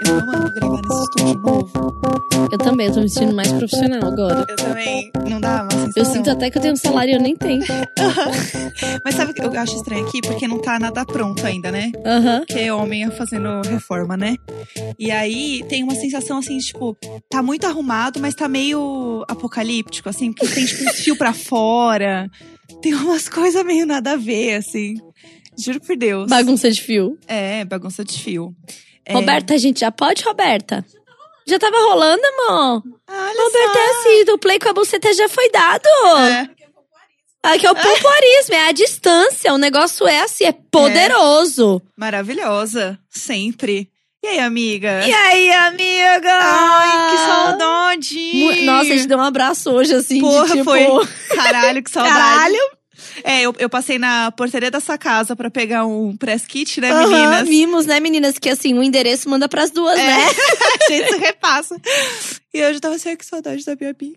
Eu tô amando gravar nesse estúdio novo. Eu também, eu tô me sentindo mais profissional agora. Eu também. Não dá uma sensação. Eu sinto até que eu tenho um salário e eu nem tenho. Mas sabe o que eu acho estranho aqui? Porque não tá nada pronto ainda, né? Aham. Porque homem é fazendo reforma, né? E aí tem uma sensação assim, de, tipo, tá muito arrumado, mas tá meio apocalíptico, assim, porque tem tipo um fio pra fora. Tem umas coisas meio nada a ver, assim. Juro por Deus. Bagunça de fio. É, bagunça de fio. É. Roberta, a gente já pode, Roberta? Já tava rolando, amor? Ah, olha Roberta, é assim, do play com a buceta já foi dado. só. É. Aqui é o pompoarismo, é a distância. O negócio é assim, é poderoso. Maravilhosa. Sempre. E aí, amiga? E aí, amiga? Ai, que saudade! Mu- Nossa, a gente deu um abraço hoje, assim, de É. Porra, tipo… foi. Caralho, que saudade. Caralho! É, eu, eu passei na portaria dessa casa pra pegar um press kit, né, Aham, meninas? Vimos, né, meninas? Que assim, o endereço manda pras duas, É. né? A gente repassa. E eu já tava assim, ai, que saudade da minha amiga.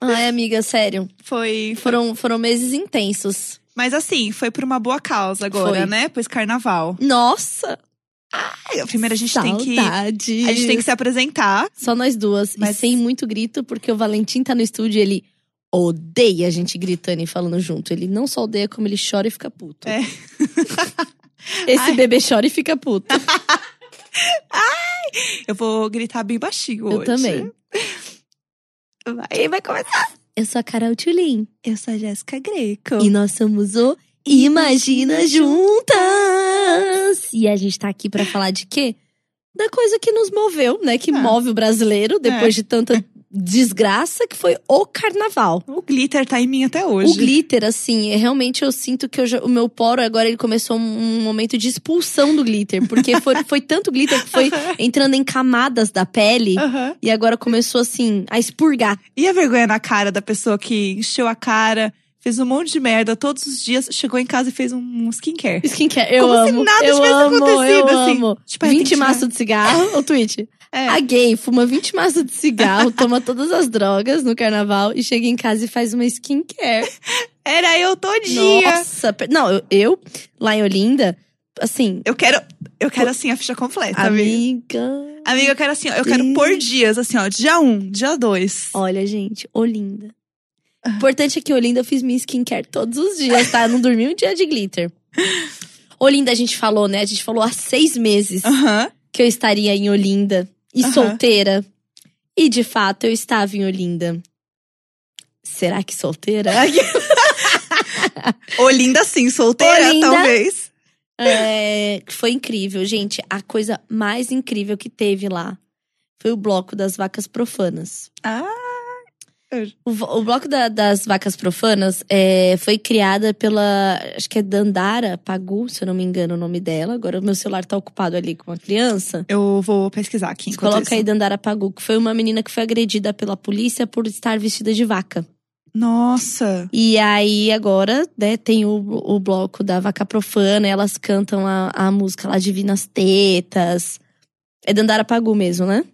Ai, amiga, sério. Foi. Foram, foram meses intensos. Mas assim, foi por uma boa causa agora, Foi. né? Pois carnaval. Nossa! Ai, Primeiro a gente tem que. Saudades. A gente tem que se apresentar. Só nós duas. Mas- E sem muito grito, porque o Valentim tá no estúdio e ele odeia a gente gritando e falando junto. Ele não só odeia, como ele chora e fica puto. É. Esse Ai. Tá bebê chora e fica puto. Eu vou gritar bem baixinho Eu hoje. também. Vai, vai começar. Eu sou a Carol Tulin. Eu sou a Jéssica Greco. E nós somos o Imagina Juntas! E a gente tá aqui pra falar de quê? Da coisa que nos moveu, né? Que Ah. É. move o brasileiro depois de tanta desgraça, que foi o carnaval. O glitter tá em mim até hoje. O glitter, assim, é, realmente eu sinto que eu já- o meu poro agora ele começou um, um momento de expulsão do glitter. Porque foi, foi tanto glitter que foi entrando em camadas da pele. Aham. E agora começou, assim, a expurgar. E a vergonha na cara da pessoa que encheu a cara, fez um monte de merda todos os dias, chegou em casa e fez um skincare. Skincare, eu Como se amo. nada eu tivesse amo, acontecido, eu assim. amo. Tipo, aí tem 20 que tirar. maços de cigarro, o tweet. É. A gay fuma 20 maços de cigarro, toma todas as drogas no carnaval e chega em casa e faz uma skincare. Era eu todinha. Nossa, per- não, eu, eu, lá em Olinda, assim, Eu quero, eu quero assim a ficha completa, Tá amiga. amiga. Amiga, eu quero assim, ó, eu quero por dias, assim, ó, dia 1, um, dia 2. Olha, gente, Olinda. O importante é que Olinda eu fiz minha skincare todos os dias, tá? Eu não dormi um dia de glitter. Olinda, a gente falou, né? A gente falou há seis meses Aham. que eu estaria em Olinda e Aham. solteira. E de fato, eu estava em Olinda. Será que solteira? Olinda sim, assim, solteira Olinda. talvez. É, foi incrível, gente. A coisa mais incrível que teve lá foi o bloco das vacas profanas. Ah, O, vo- o bloco da- das vacas profanas é, foi criada pela. Acho que é Dandara Pagu, se eu não me engano o nome dela. Agora o meu celular tá ocupado ali com uma criança. eu vou pesquisar aqui enquanto Coloca isso. aí Dandara Pagu, que foi uma menina que foi agredida pela polícia por estar vestida de vaca. Nossa. E aí agora, né, tem o, o bloco da vaca profana, elas cantam a, a música lá Divinas Tetas. É Dandara Pagu mesmo, né?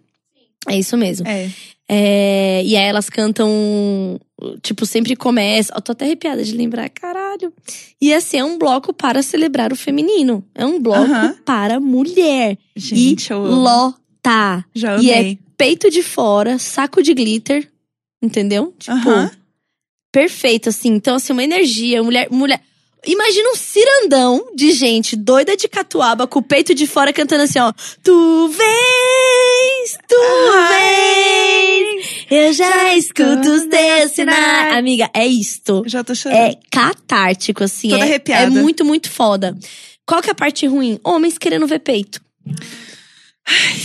É isso mesmo. É. É, e aí elas cantam, tipo, sempre começa. Eu tô até arrepiada de lembrar, caralho. E assim, é um bloco para celebrar o feminino. É um bloco Aham. Uhum. para mulher. Gente, eu amo. Lota. já e é amei. Peito de fora, saco de glitter. Entendeu? Tipo, Aham. perfeito, assim. Então, assim, uma energia, mulher. mulher Imagina um cirandão de gente doida de catuaba com o peito de fora cantando assim, ó. Tu vens, tu vens, eu já escuto os teus sinais. Amiga, é isto. Já tô chorando. É catártico, assim. Toda é, arrepiada. é muito, muito foda. Qual que é a parte ruim? Homens querendo ver peito.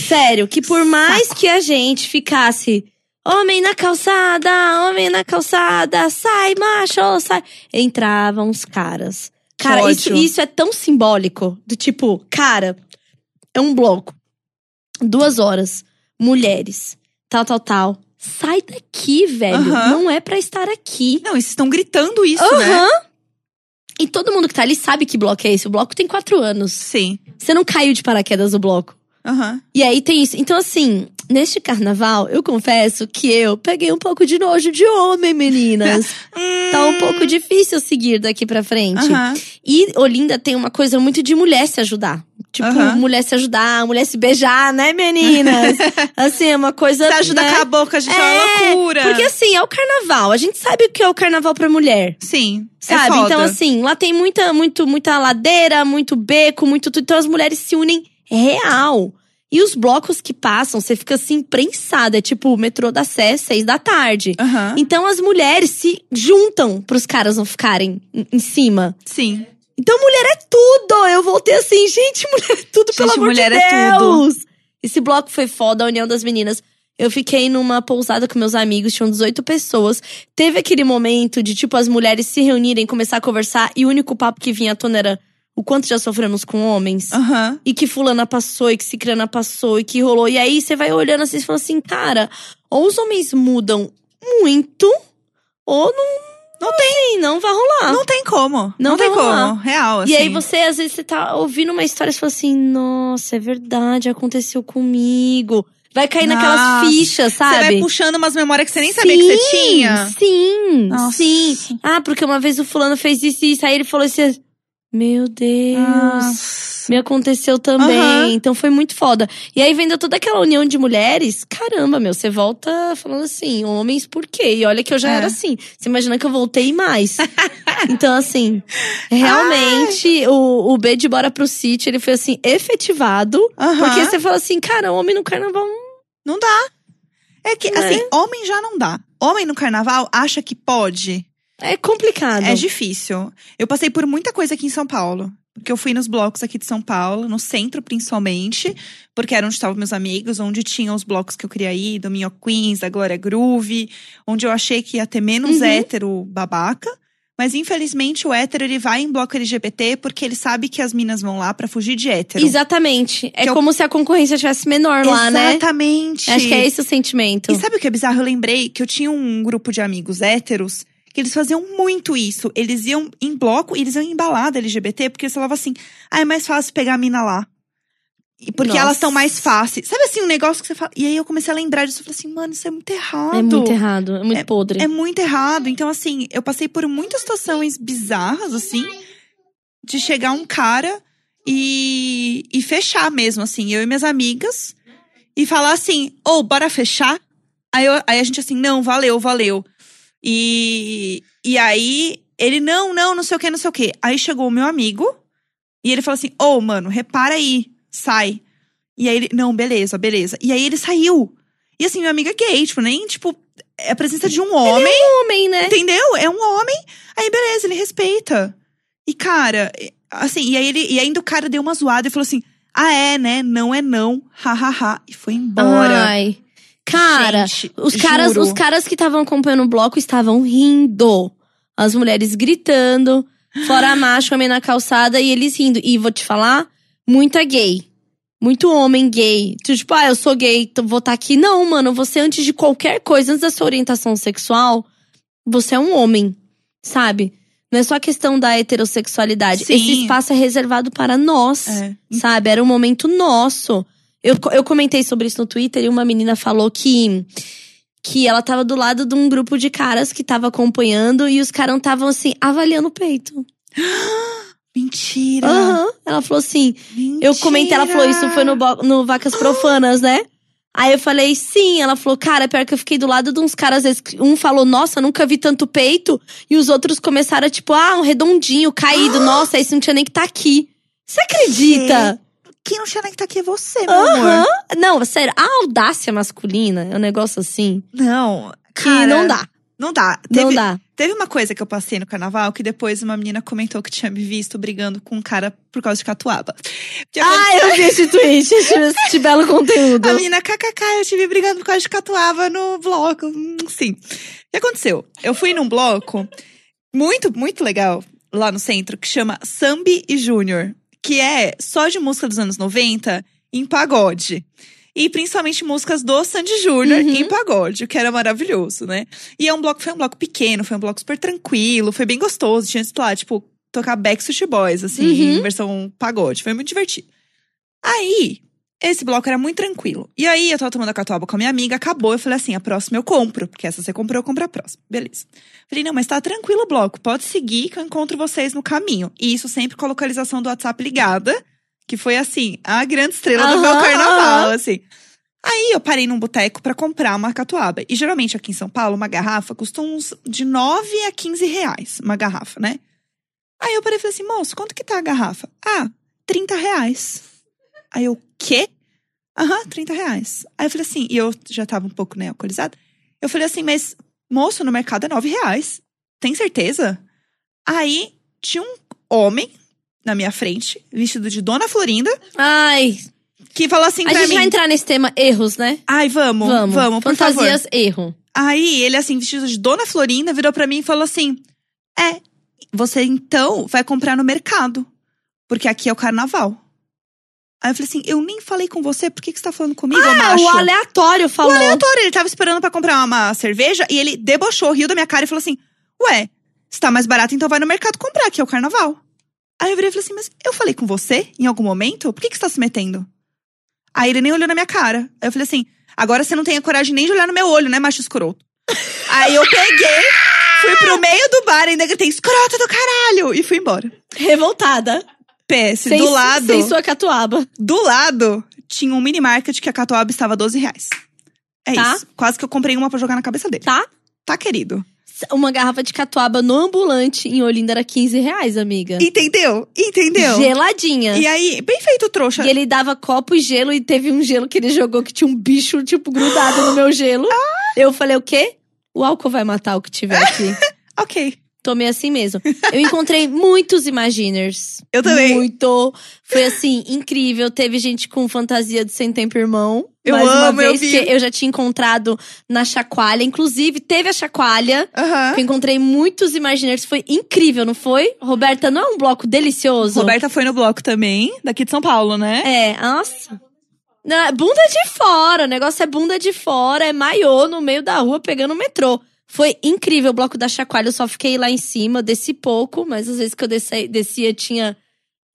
Sério, que por mais que a gente ficasse. Homem na calçada, homem na calçada, sai, macho, sai. Entravam os caras. Cara, isso, ódio. isso é tão simbólico. Do tipo, cara, é um bloco. Duas horas. Mulheres. Tal, tal, tal. Sai daqui, velho. Aham. Não é pra estar aqui. Não, eles estão gritando isso, né? Aham. E todo mundo que tá ali sabe que bloco é esse. O bloco tem quatro anos. Sim. Você não caiu de paraquedas no bloco. Aham. E aí tem isso. Então, assim, neste carnaval, eu confesso que eu peguei um pouco de nojo de homem, meninas. tá um pouco difícil seguir daqui pra frente. Aham. E Olinda tem uma coisa muito de mulher se ajudar. Tipo, Aham. mulher se ajudar, mulher se beijar, né, meninas? assim, é uma coisa. Você ajuda né? com a boca, a gente é, É, uma loucura. Porque assim, é o carnaval. A gente sabe o que é o carnaval pra mulher. Sim. Sabe? É foda. Então, assim, lá tem muita, muito, muita ladeira, muito beco, muito tudo. Então as mulheres se unem real. E os blocos que passam, você fica assim, prensada. É tipo o metrô da Sé, seis da tarde. Aham. Então as mulheres se juntam pros caras não ficarem em- em cima. Sim. Então mulher é tudo! Eu voltei assim, gente, mulher é tudo, pelo Gente, amor mulher de é Deus! Esse bloco foi foda, a união das meninas. Eu fiquei numa pousada com meus amigos, tinham 18 pessoas. Teve aquele momento de, tipo, as mulheres se reunirem, começar a conversar. E o único papo que vinha à tona era o quanto já sofremos com homens. Aham. E que fulana passou, e que cicrana passou, e que rolou. E aí você vai olhando assim e fala assim, cara, ou os homens mudam muito, ou não… Não tem. não vai rolar. Não tem como. Ah. Não, Não tem vai como. rolar. Real, assim. E aí você, às vezes, você tá ouvindo uma história e você fala assim, nossa, é verdade, aconteceu comigo. Vai cair Nossa, naquelas fichas, Você vai sabe? puxando umas memórias que você nem sabia que você tinha. Sim, Nossa. sim. Ah, porque uma vez o fulano fez isso e isso. Aí ele falou assim, meu Deus. Nossa. Me aconteceu também. Aham. Então foi muito foda. E aí vendo toda aquela união de mulheres. Caramba, meu, você volta falando assim, homens, por quê? E olha que eu já É. era assim. Você imagina que eu voltei mais. então, assim, realmente, o, o B de Bora pro City, ele foi assim, efetivado. Aham. Porque você fala assim, cara, homem no carnaval. não- Não dá. É que, Né? assim, homem já não dá. Homem no carnaval acha que pode. É complicado. É difícil. Eu passei por muita coisa aqui em São Paulo. Porque eu fui nos blocos aqui de São Paulo, no centro principalmente, porque era onde estavam meus amigos, onde tinham os blocos que eu queria ir, do Minho Queens, da Glória Groove, onde eu achei que ia ter menos Uhum. hétero babaca. Mas infelizmente o hétero ele vai em bloco LGBT porque ele sabe que as minas vão lá pra fugir de hétero. Exatamente. É Que eu- como se a concorrência tivesse menor lá, né? Exatamente. Acho que é esse o sentimento. E sabe o que é bizarro? Eu lembrei que eu tinha um grupo de amigos héteros que eles faziam muito isso. Eles iam em bloco e eles iam em balada LGBT, porque eles falavam assim: ah, é mais fácil pegar a mina lá. E porque Nossa. elas são mais fáceis. Sabe assim, um negócio que você fala. E aí eu comecei a lembrar disso. Eu falei assim, mano, isso é muito errado. É muito errado, é muito podre. É muito errado. Então, assim, eu passei por muitas situações bizarras, assim, de chegar um cara e, e fechar mesmo, assim, eu e minhas amigas, e falar assim, ou bora fechar? Aí, eu- aí a gente assim, não, valeu, valeu. E, e aí ele, não, não, não sei o que, não sei o que. Aí chegou o meu amigo e ele falou assim: ô, mano, repara aí, sai. E aí ele, não, beleza, beleza. E aí ele saiu. E assim, minha amiga é gay, tipo, nem, tipo, é a presença de um homem. homem, né? Entendeu? É um homem. Aí, beleza, ele respeita. E, cara, e- assim, e aí ele. E ainda o cara deu uma zoada e falou assim: ah, é, né? Não é não. Ha, ha, ha. E foi embora. Ai. Cara, Gente, os caras, juro. os caras que estavam acompanhando o bloco estavam rindo. As mulheres gritando, fora macho, homem na calçada e eles rindo. E vou te falar, muita gay. Muito homem gay. Tu, Tipo, ah, eu sou gay, então vou estar aqui. Não, mano, você antes de qualquer coisa, antes da sua orientação sexual, você é um homem, sabe? Não é só a questão da heterossexualidade. Sim. Esse espaço é reservado para nós É. sabe? Era um momento nosso. Eu, co- eu comentei sobre isso no Twitter e uma menina falou que que ela tava do lado de um grupo de caras que tava acompanhando e os caras estavam assim avaliando o peito. Mentira. Aham. Ela falou assim, Mentira. eu comentei, ela falou isso foi no bo- no Vacas Profanas, né? Aí eu falei, sim. Ela falou, cara, é pior que eu fiquei do lado de uns caras. esse- Um falou, nossa, nunca vi tanto peito. E os outros começaram, tipo, ah, um redondinho, caído. Nossa, isso não tinha nem que tá aqui. Você acredita? Quem não tinha nem que tá aqui é você, meu Aham. amor. Não, sério, a audácia masculina é um negócio assim Não. que Cara, não dá. Não dá. Não Teve- dá. Teve uma coisa que eu passei no carnaval que depois uma menina comentou que tinha me visto brigando com um cara por causa de catuaba. Que Ah, eu vi esse tweet, esse, esse belo conteúdo. A menina, kkk, eu tive brigando por causa de catuaba no bloco. Hum, Sim. O que aconteceu? Eu fui num bloco muito, muito legal lá no centro que chama Sambi e Júnior, que é só de música dos anos 90 em pagode. E principalmente músicas do Sandy Júnior Uhum. em pagode, o que era maravilhoso, né? E é um bloco, foi um bloco pequeno, foi um bloco super tranquilo, foi bem gostoso. Tinha, sei lá, tipo, tocar Backstreet Boys, assim, Uhum. em versão pagode. Foi muito divertido. Aí, esse bloco era muito tranquilo. E aí, eu tava tomando a catuaba com a minha amiga, acabou. Eu falei assim, a próxima eu compro. Porque essa você comprou, eu compro a próxima. Beleza. Falei, não, mas tá tranquilo o bloco. Pode seguir que eu encontro vocês no caminho. E isso sempre com a localização do WhatsApp ligada. Que foi, assim, a grande estrela do meu Aham, carnaval, assim. Aí eu parei num boteco pra comprar uma catuaba. E geralmente aqui em São Paulo, uma garrafa custa uns de 9 a 15 reais. Uma garrafa, né? Aí eu parei e falei assim, moço, quanto que tá a garrafa? Ah, 30 reais. Aí eu, quê? Aham, 30 reais. Aí eu falei assim, e eu já tava um pouco, né, alcoolizada. Eu falei assim, mas, moço, no mercado é 9 reais. Tem certeza? Aí tinha um homem na minha frente, vestido de Dona Florinda, Ai, que falou assim a pra gente mim. vai entrar nesse tema erros, né? Ai, vamos, vamos, Vamos. por favor. Fantasias, erro. Aí ele, assim, vestido de Dona Florinda, virou pra mim e falou assim: É, você então vai comprar no mercado, porque aqui é o carnaval. Aí eu falei assim: Eu nem falei com você, por que, que você tá falando comigo, Ah, macho? o aleatório falou. Doutor, ele tava esperando pra comprar uma cerveja e ele debochou, riu da minha cara e falou assim: Ué, se tá mais barato, então vai no mercado comprar, que é o carnaval. Aí eu virei e falei assim: Mas eu falei com você em algum momento? Por que, que você tá se metendo? Aí ele nem olhou na minha cara. Aí eu falei assim: Agora você não tem a coragem nem de olhar no meu olho, né, macho escroto? Aí eu peguei, fui pro meio do bar e ainda gritei: Escroto do caralho! E fui embora. Revoltada. PS, do lado. Sem sua catuaba. Do lado tinha um mini market que a catuaba estava 12 reais. É Tá. isso. Quase que eu comprei uma pra jogar na cabeça dele. Tá? Tá, querido. Uma garrafa de catuaba no ambulante em Olinda era 15 reais, amiga. Entendeu? Entendeu? Geladinha. E aí, bem feito, trouxa. E ele dava copo e gelo, e teve um gelo que ele jogou que tinha um bicho, tipo, grudado no meu gelo. Eu falei, o quê? O álcool vai matar o que tiver aqui. Ok. Tomei assim mesmo. Eu encontrei muitos Imaginers. Eu também. Muito. Foi assim, incrível. Teve gente com fantasia de Sem Tempo Irmão. Eu mais uma amo, eu vez, vi. que eu já tinha encontrado na chacoalha. Inclusive, teve a chacoalha. Aham. que Eu encontrei muitos Imaginers. Foi incrível, não foi? Roberta, não é um bloco delicioso? Roberta foi no bloco também, daqui de São Paulo, né? É, nossa. Não, é bunda de fora, o negócio é bunda de fora, é maiô no meio da rua pegando o metrô. Foi incrível o bloco da chacoalha, eu só fiquei lá em cima, desci pouco, mas às vezes que eu desci- descia tinha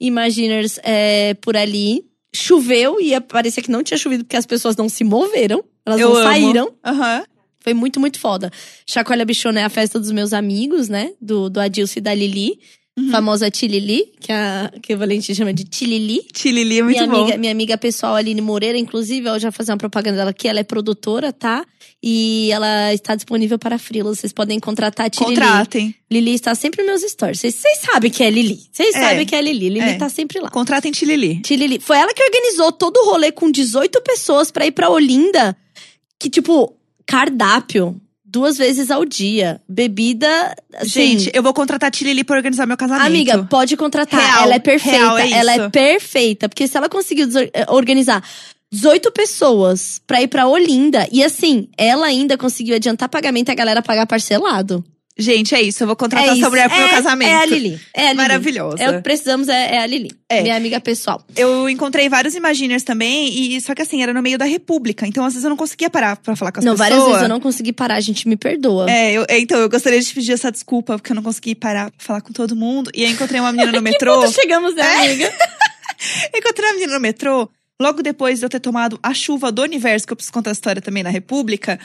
Imaginers é, por ali. Choveu e parecia que não tinha chovido porque as pessoas não se moveram, elas Eu não amo. saíram. Aham. Foi muito, muito foda. Chacoalha Bichona é a festa dos meus amigos, né? Do, do Adilson e da Lili, Uhum. famosa Tilili, que, a, que o Valente chama de Tilili. Tilili é muito Minha bom. amiga, minha amiga pessoal, Aline Moreira, inclusive, eu já vou fazer uma propaganda dela aqui, ela é produtora, tá? E ela está disponível para frila. Vocês podem contratar a Tirili. Contratem. Lili está sempre nos meus stories. Vocês- Vocês sabem que é Lili. Vocês É. sabem que é Lili. Lili É. tá sempre lá. Contratem Tilili. Tilili. Foi ela que organizou todo o rolê com 18 pessoas pra ir pra Olinda. Que, tipo, cardápio. Duas vezes ao dia. Bebida. Assim, Gente, eu vou contratar Tilili pra organizar meu casamento. Amiga, pode contratar. Real, ela é perfeita. real é isso. Ela é perfeita. Porque se ela conseguiu desor- eh, organizar 18 pessoas pra ir pra Olinda, e assim, ela ainda conseguiu adiantar pagamento e a galera pagar parcelado. Gente, é isso. Eu vou é contratar isso. essa mulher pro é, meu casamento. É a Lili. É a Lili. Maravilhosa. É o que precisamos, é, é a Lili. É. Minha amiga pessoal. Eu encontrei vários Imaginers também, e só que assim, era no meio da República. Então, às vezes, eu não conseguia parar pra falar com as não, pessoas. várias vezes eu não consegui parar, a gente me perdoa. É, eu- é, então, eu gostaria de te pedir essa desculpa, porque eu não consegui parar pra falar com todo mundo. E aí encontrei uma menina no metrô. Quando chegamos, né, É. amiga? encontrei uma menina no metrô. Logo depois de eu ter tomado a chuva do universo, que eu preciso contar a história também na República.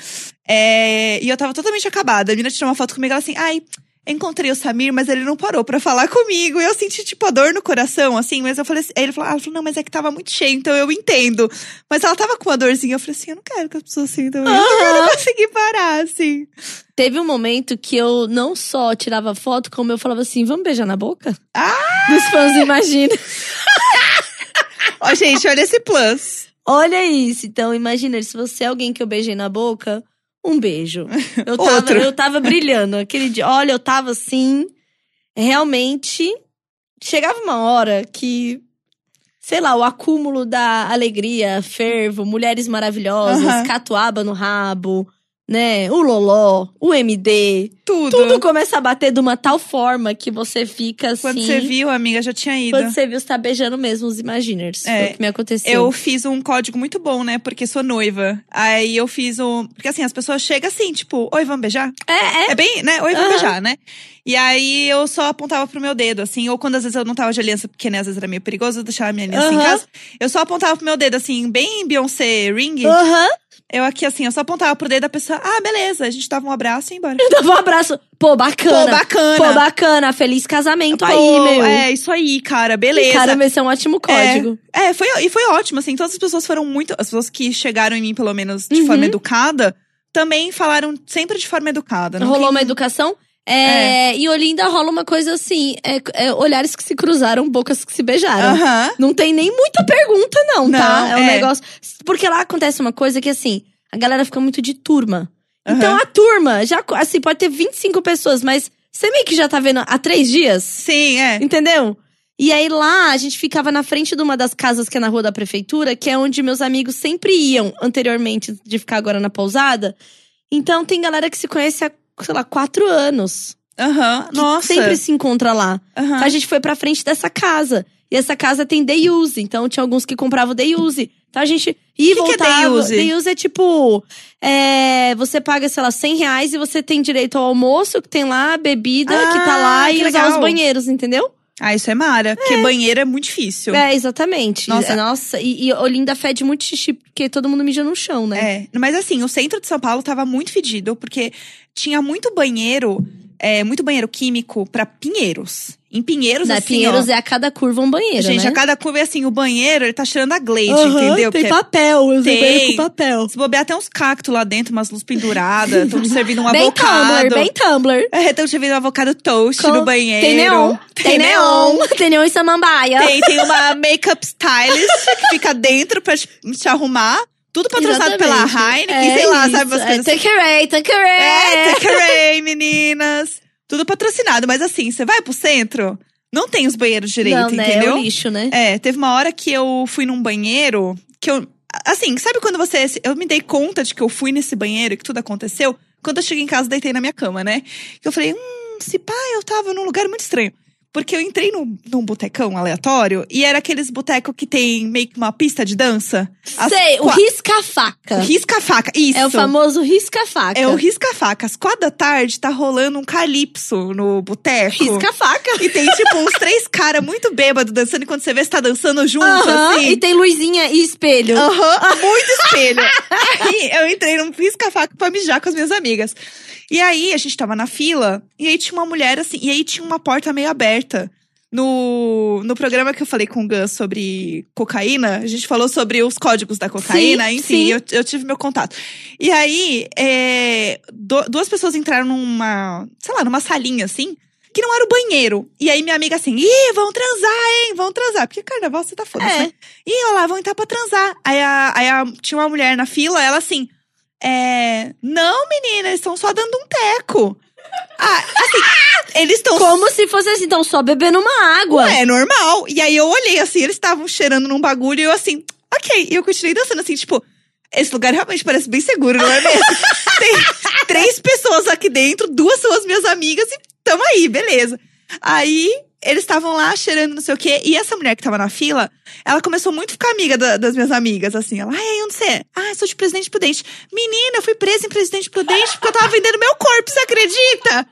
é, e eu tava totalmente acabada. A menina tirou uma foto comigo, ela assim, ai. Encontrei o Samir, mas ele não parou pra falar comigo. E eu senti, tipo, a dor no coração, assim. Mas eu falei assim, aí ele falou, ah, ela falou, não, mas é que tava muito cheio, então eu entendo. Mas ela tava com uma dorzinha. Eu falei assim, eu não quero que as pessoas sintam isso. Eu não consegui parar, assim. Teve um momento que eu não só tirava foto, como eu falava assim: vamos beijar na boca? Ah! Dos fãs, imagina. Ó, gente, olha esse plus. Olha isso. Então, imagina, se você é alguém que eu beijei na boca, um beijo. Eu tava, Outro. Eu tava brilhando aquele dia. Olha, eu tava assim. Realmente. Chegava uma hora que. Sei lá, o acúmulo da alegria, fervo, mulheres maravilhosas, Aham. catuaba no rabo, né? O Loló, o MD. Tudo. Tudo começa a bater de uma tal forma que você fica assim. Quando você viu, amiga, já tinha ido. Quando você viu, você tá beijando mesmo os Imaginers. É, Foi o que me aconteceu. Eu fiz um código muito bom, né? Porque sou noiva. Aí eu fiz um. Porque assim, as pessoas chegam assim, tipo, oi, vamos beijar? É, é. É bem, né? Oi, vamos Aham. beijar, né? E aí eu só apontava pro meu dedo, assim. Ou quando às vezes eu não tava de aliança, porque né, às vezes era meio perigoso, eu deixava minha aliança em Aham. casa. Eu só apontava pro meu dedo, assim, bem Beyoncé Ring. Aham. Eu aqui, assim, eu só apontava pro dedo da pessoa, ah, beleza. A gente dava um abraço e ia embora. Eu dava um abraço. Pô, Pô, bacana. bacana. Pô, bacana. Feliz casamento aí, Pô, meu. É, isso aí, cara, beleza. Cara, esse é um ótimo código. É, foi, e foi ótimo, assim. Todas as pessoas foram muito. As pessoas que chegaram em mim, pelo menos, de Uhum. forma educada, também falaram sempre de forma educada. Nunca- Rolou uma educação. É, E Olinda rola uma coisa assim: é- é olhares que se cruzaram, bocas que se beijaram. Aham. Não tem nem muita pergunta, não, tá? Não, É um é. negócio. Porque lá acontece uma coisa que, assim, a galera fica muito de turma. Aham. Então a turma, já, co- assim, pode ter 25 pessoas, mas você meio que já tá vendo há três dias, Sim, é. entendeu? E aí lá a gente ficava na frente de uma das casas que é na rua da prefeitura, que é onde meus amigos sempre iam anteriormente de ficar agora na pousada. Então tem galera que se conhece há, sei lá, quatro anos. Aham. que Nossa. Ah. Sempre se encontra lá. Aham. Então a gente foi pra frente dessa casa. E essa casa tem day use, então tinha alguns que compravam day use. Então a gente ia e Que que é voltava. day use? Day use é tipo. é, você paga, sei lá, 100 reais e você tem direito ao almoço que tem lá, a bebida que tá Ah, lá e que usar os legal. banheiros, entendeu? Ah, isso é mara. Porque banheiro é muito difícil. É, exatamente. Nossa. É, Nossa, e, e Olinda fede muito xixi, porque todo mundo mija no chão, né? É, mas assim, o centro de São Paulo tava muito fedido, porque tinha muito banheiro, é, muito banheiro químico pra Pinheiros. Em Pinheiros, Na assim, Pinheiros ó, é a cada curva um banheiro. Gente, né? a cada curva é assim, o banheiro, ele tá cheirando a Glade, Aham, entendeu? é Tem Porque papel, eu banheiro com Tem. papel. Se bobear, até uns cactos lá dentro, umas luzes penduradas. Estão te servindo um bem avocado. Tumblr, bem Tumblr. Estão te servindo um avocado toast Com- no banheiro. Tem neon. Tem neon. Tem neon em Samambaia. Tem, tem uma make-up stylist que fica dentro pra te, te arrumar. Tudo patrocinado pela Exatamente. Heineken, É sei lá, isso, sabe? Umas é, coisas assim. Tanqueray, Tanqueray. É, Tanqueray, meninas. Tudo patrocinado. Mas assim, você vai pro centro, não tem os banheiros direito, Não, né? É entendeu? o lixo, né? É, teve uma hora que eu fui num banheiro que eu. Assim, sabe quando você. Eu me dei conta de que eu fui nesse banheiro e que tudo aconteceu? Quando eu cheguei em casa, deitei na minha cama, né? Que eu falei, hum, se pá, eu tava num lugar muito estranho. Porque eu entrei num, num botecão aleatório e era aqueles botecos que tem meio que uma pista de dança. É, As Sei, o qua- risca-faca. Risca-faca, isso. Tá. É o famoso risca-faca. É o risca-faca. Às quatro da tarde tá rolando um calypso no boteco. risca-faca. E tem, tipo, uns três caras muito bêbados dançando, e quando você vê, você tá dançando junto, Aham, assim. E tem luzinha e espelho. Aham, muito espelho. aí eu entrei num pisca-faca pra mijar com as minhas amigas. E aí a gente tava na fila, e aí tinha uma mulher assim, e aí tinha uma porta meio aberta. No, no programa que eu falei com o Gus sobre cocaína, a gente falou sobre os códigos da cocaína, Sim, enfim, sim. Eu, eu tive meu contato. E aí, é, du- duas pessoas entraram numa, sei lá, numa salinha assim, que não era o banheiro. E aí minha amiga assim, ih, vão transar, hein, vão transar. Porque carnaval você tá foda, né? É. Ih, olha lá, vão entrar pra transar. Aí, a, aí a- tinha uma mulher na fila, ela assim. É. Não, menina, eles estão só dando um teco. Ah, assim, eles estão. Como se fosse assim, então só bebendo uma água. É normal. E aí eu olhei assim, eles estavam cheirando num bagulho e eu assim, ok. E eu continuei dançando assim, tipo, esse lugar realmente parece bem seguro, não é mesmo? Tem três pessoas aqui dentro, duas são as minhas amigas e tamo aí, beleza. Aí eles estavam lá cheirando não sei o quê. E essa mulher que tava na fila, ela começou muito a ficar amiga da- das minhas amigas, assim. Ela, ai, onde você é? Ah, sou de Presidente Prudente. Menina, eu fui presa em Presidente Prudente porque eu tava vendendo meu corpo, você acredita?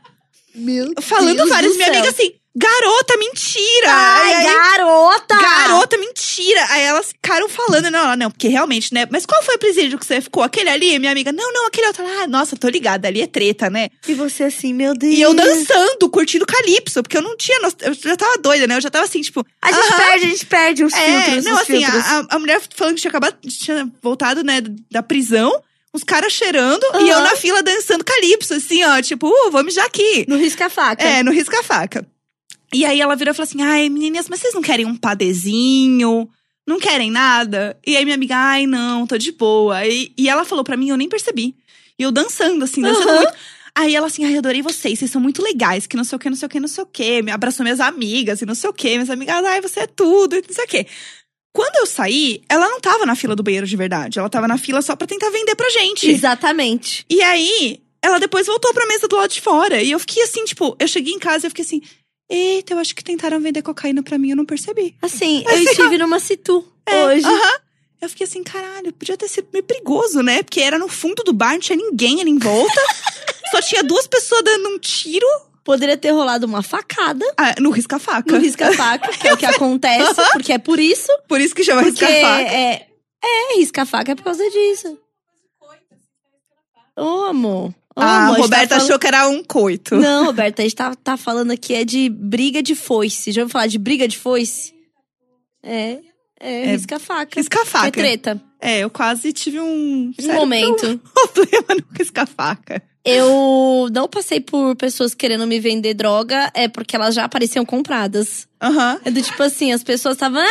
Meu Falando Deus várias, do minha céu. amiga assim, garota, mentira! Ai, E aí, garota! Garota, mentira! Aí elas ficaram falando, não, ela, não, porque realmente, né? Mas qual foi o presídio que você ficou? Aquele ali? Minha amiga, não, não, aquele outro. Ah, nossa, tô ligada, ali é treta, né? E você assim, meu Deus. E eu dançando, curtindo calypso, porque eu não tinha. noção- Eu já tava doida, né? Eu já tava assim, tipo. A gente aham, perde, a gente perde os é, filtros. não, os assim, filtros. a, a mulher falando que tinha acabado, tinha voltado, né, da prisão, os caras cheirando, e eu Aham. na fila dançando calypso, assim, ó, tipo, uh, vou mijar aqui. No risca-faca. É, no risca-faca. E aí ela virou e falou assim: ai, meninas, mas vocês não querem um padezinho? Não querem nada? E aí minha amiga, ai, não, tô de boa. E, e ela falou pra mim, eu nem percebi. E eu dançando, assim, dançando Aham. muito. Aí ela assim, ai, adorei vocês, vocês são muito legais, que não sei o que, não sei o que, não sei o que. Me abraçou minhas amigas e não sei o que. Minhas amigas, ai, você é tudo e não sei o que. Quando eu saí, ela não tava na fila do banheiro de verdade. Ela tava na fila só pra tentar vender pra gente. Exatamente. E aí, ela depois voltou pra mesa do lado de fora. E eu fiquei assim, tipo, eu cheguei em casa e eu fiquei assim. Eita, eu acho que tentaram vender cocaína pra mim, eu não percebi. Assim, eu estive numa Situ É, hoje. aham. Eu fiquei assim, caralho, podia ter sido meio perigoso, né? Porque era no fundo do bar, não tinha ninguém ali em volta. Só tinha duas pessoas dando um tiro Poderia ter rolado uma facada ah, no risca-faca. no risca-faca, que é o que acontece, porque é por isso. Por isso que chama Porque risca-faca. é, é risca-faca é por causa disso. Ô, amor. Ô, Ah, a amor, gente tá Roberta falando- achou que era um coito. Não, Roberta, a gente tá, tá falando aqui é de briga de foice. Já ouviu falar de briga de foice? É, é, risca-faca. É Risca-faca. treta. É, eu quase tive um. Um sério momento. problema no risca-faca. Eu não passei por pessoas querendo me vender droga, é porque elas já apareciam compradas. Aham. É do tipo assim, as pessoas estavam,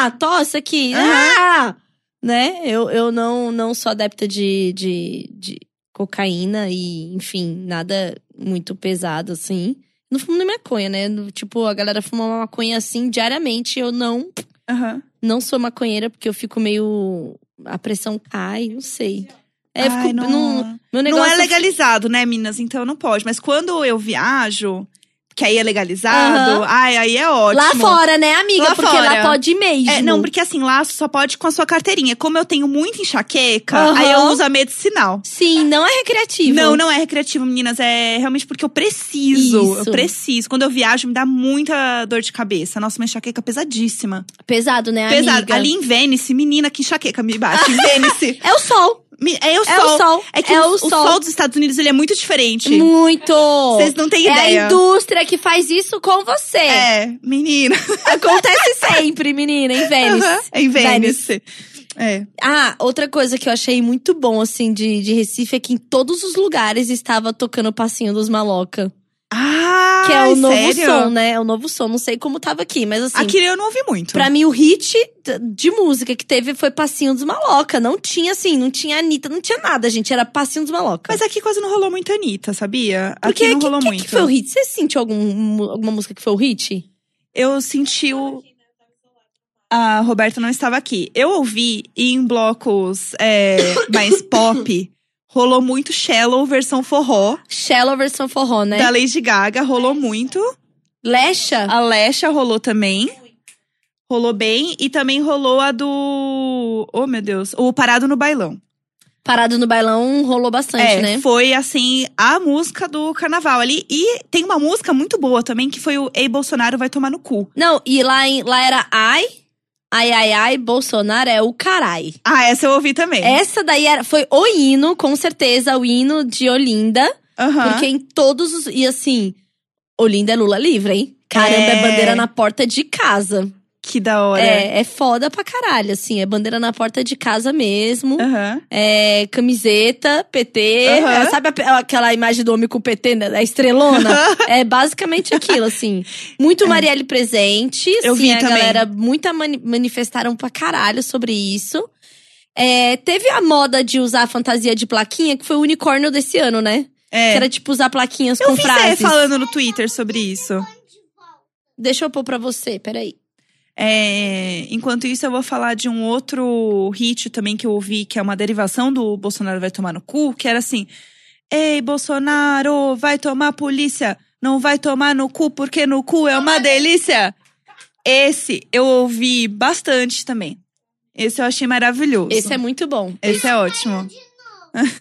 ah, tosse aqui, ah! Né? Eu, eu não, não sou adepta de, de, de cocaína e, enfim, nada muito pesado assim. Não fumo nem maconha, né? No- Tipo, a galera fuma uma maconha assim diariamente. Eu não, Aham. não sou maconheira porque eu fico meio. A pressão cai, não sei. É, eu Ai, fico. não- Não, meu Não negócio é legalizado, né, Minas? Então não pode. Mas quando eu viajo, que aí é legalizado, Aham. ai, aí é ótimo. Lá fora, né, amiga? Lá porque fora. lá pode mesmo. É, não, porque assim, lá só pode com a sua carteirinha. Como eu tenho muita enxaqueca, Aham. aí eu uso a medicinal. Sim, não é recreativo. Não, não é recreativo, meninas. É realmente porque eu preciso. Isso. Eu preciso. Quando eu viajo, me dá muita dor de cabeça. Nossa, uma enxaqueca pesadíssima. Pesado, né, Pesado. amiga? Ali em Vênice, menina, que enxaqueca me bate. Em Vênice. É o sol. Me- É o É sol. o sol. É que é o, o o sol. dos Estados Unidos, ele é muito diferente. Muito. Vocês não têm é ideia. a indústria que faz isso com você. É, menina. Acontece sempre, menina, em Vênice. Aham, Em Vênice. É. Ah, outra coisa que eu achei muito bom, assim, de, de Recife é que em todos os lugares estava tocando o Passinho dos Maloca. Ah, que é o novo sério? som, né? É o novo som. Não sei como tava aqui, mas assim. Aqui eu não ouvi muito. Pra mim, o hit d- de música que teve foi Passinho dos Maloca. Não tinha, assim, não tinha Anitta, não tinha nada, gente. Era Passinho dos Maloca. Mas aqui quase não rolou muito Anitta, sabia? Porque aqui não que- rolou que, muito. que foi o hit? Você sentiu algum- alguma música que foi o hit? Eu senti o. A Roberta não estava aqui. Eu ouvi e em blocos é, mais pop. Rolou muito Shallow, versão forró, Shallow versão forró, né? da Lady Gaga, rolou muito. Lecha? A Lesha rolou também. Rolou bem. E também rolou a do. Oh, meu Deus. O Parado no Bailão. Parado no bailão rolou bastante, É, né? foi assim, a música do carnaval ali. E tem uma música muito boa também, que foi o Ei Bolsonaro Vai Tomar no Cu. Não, e lá, em- lá era ai, ai, ai, ai, Bolsonaro é o carai. Ah, essa eu ouvi também. Essa daí era, foi o hino, com certeza, o hino de Olinda. Aham. Porque em todos os. E assim, Olinda é Lula livre, hein? Caramba, é, É. bandeira na porta de casa. Que da hora. É, é foda pra caralho, assim. É bandeira na porta de casa mesmo. Aham. É camiseta, PT. Aham. é, sabe a- aquela imagem do homem com PT, né? A estrelona? é basicamente aquilo, assim. Muito Marielle presente. É. Eu assim, vi a também. galera muita mani- manifestaram pra caralho sobre isso. É, teve a moda de usar a fantasia de plaquinha, que foi o unicórnio desse ano, né? É. Que era tipo usar plaquinhas Eu com vi frases. Zé falando no Twitter sobre isso. Deixa eu pôr pra você, peraí. É, enquanto isso, eu vou falar de um outro hit também que eu ouvi, que é uma derivação do Bolsonaro vai tomar no cu, que era assim: Ei, Bolsonaro, vai tomar polícia, não vai tomar no cu, porque no cu é uma delícia. Esse eu ouvi bastante também. Esse eu achei maravilhoso. Esse é muito bom. Esse é ótimo.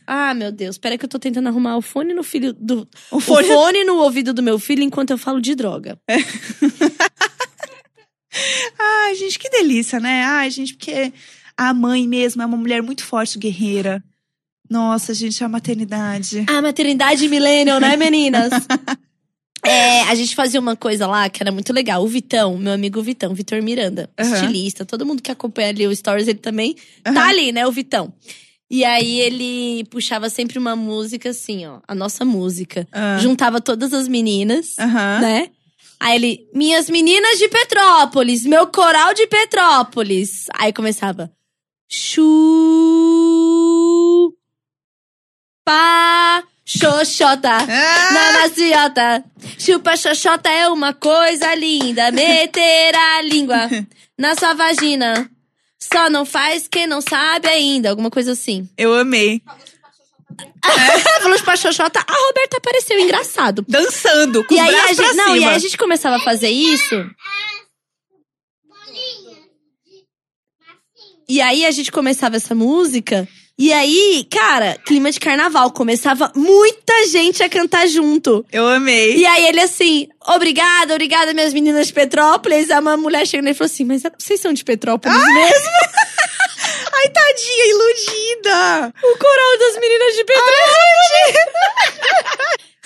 Ah, meu Deus, peraí que eu tô tentando arrumar o fone no filho do. O O fone, folha. no ouvido do meu filho enquanto eu falo de droga. Ai, gente, que delícia, né? Ai, gente, porque a mãe mesmo é uma mulher muito forte, guerreira. Nossa, gente, a maternidade. A maternidade millennial, né, meninas? É, a gente fazia uma coisa lá que era muito legal. O Vitão, meu amigo Vitão, Vitor Miranda, Aham. estilista, todo mundo que acompanha ali o Stories, ele também tá Aham. ali, né, o Vitão. E aí ele puxava sempre uma música assim, ó, a nossa música. Ah. Juntava todas as meninas, Aham. né? Aí ele, minhas meninas de Petrópolis, meu coral de Petrópolis. Aí começava, chu, pa, Xoxota, Ah! na maciota. Chupa xoxota é uma coisa linda. Meter a língua na sua vagina. Só não faz quem não sabe ainda. Alguma coisa assim. Eu amei. Falou pra xoxota, a Roberta apareceu. Engraçado. Dançando, com E o aí, braço a gente, pra não, cima. e aí a gente começava a fazer isso. E aí a gente começava essa música. E aí, cara, clima de carnaval. Começava muita gente a cantar junto. Eu amei. E aí ele assim, obrigada, obrigada, minhas meninas de Petrópolis. Aí uma mulher chegou nele e falou assim, mas vocês são de Petrópolis mesmo? Ai, tadinha, iludida. O coral das meninas de Petrópolis.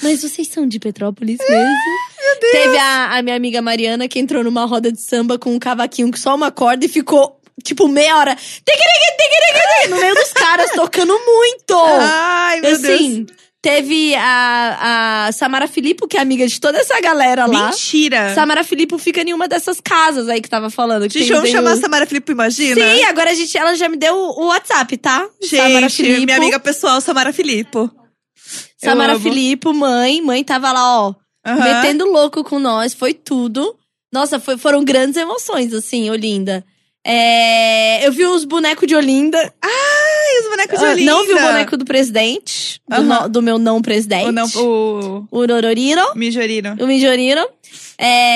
mas vocês são de Petrópolis mesmo? Meu Deus. Teve a, a minha amiga Mariana que entrou numa roda de samba com um cavaquinho que só uma corda e ficou, tipo, meia hora. tiquiriqui, tiquiriqui, tiquiriqui, No meio dos caras, tocando muito. Ai, meu Deus. assim, teve a, a Samara Filippo, que é amiga de toda essa galera tá lá. Mentira. Samara Filippo fica em uma dessas casas aí que tava falando. Que Gente, tem- vamos tem chamar a o- Samara Felipe, imagina? Sim, agora a gente, ela já me deu o WhatsApp, tá? Samara Gente, Filippo. minha amiga pessoal, Samara Filippo. Eu Samara amo. Filippo, mãe. Mãe tava lá, ó, Aham. metendo louco com nós. Foi tudo. Nossa, foi- foram grandes emoções, assim, Olinda. É, eu vi os bonecos de Olinda. Ah, Ai, os bonecos É de Ah, Olinda. Não vi o boneco do presidente. Do, Aham. no- do meu não presidente. O, não, o O Rororino. Mijorino. O Mijorino.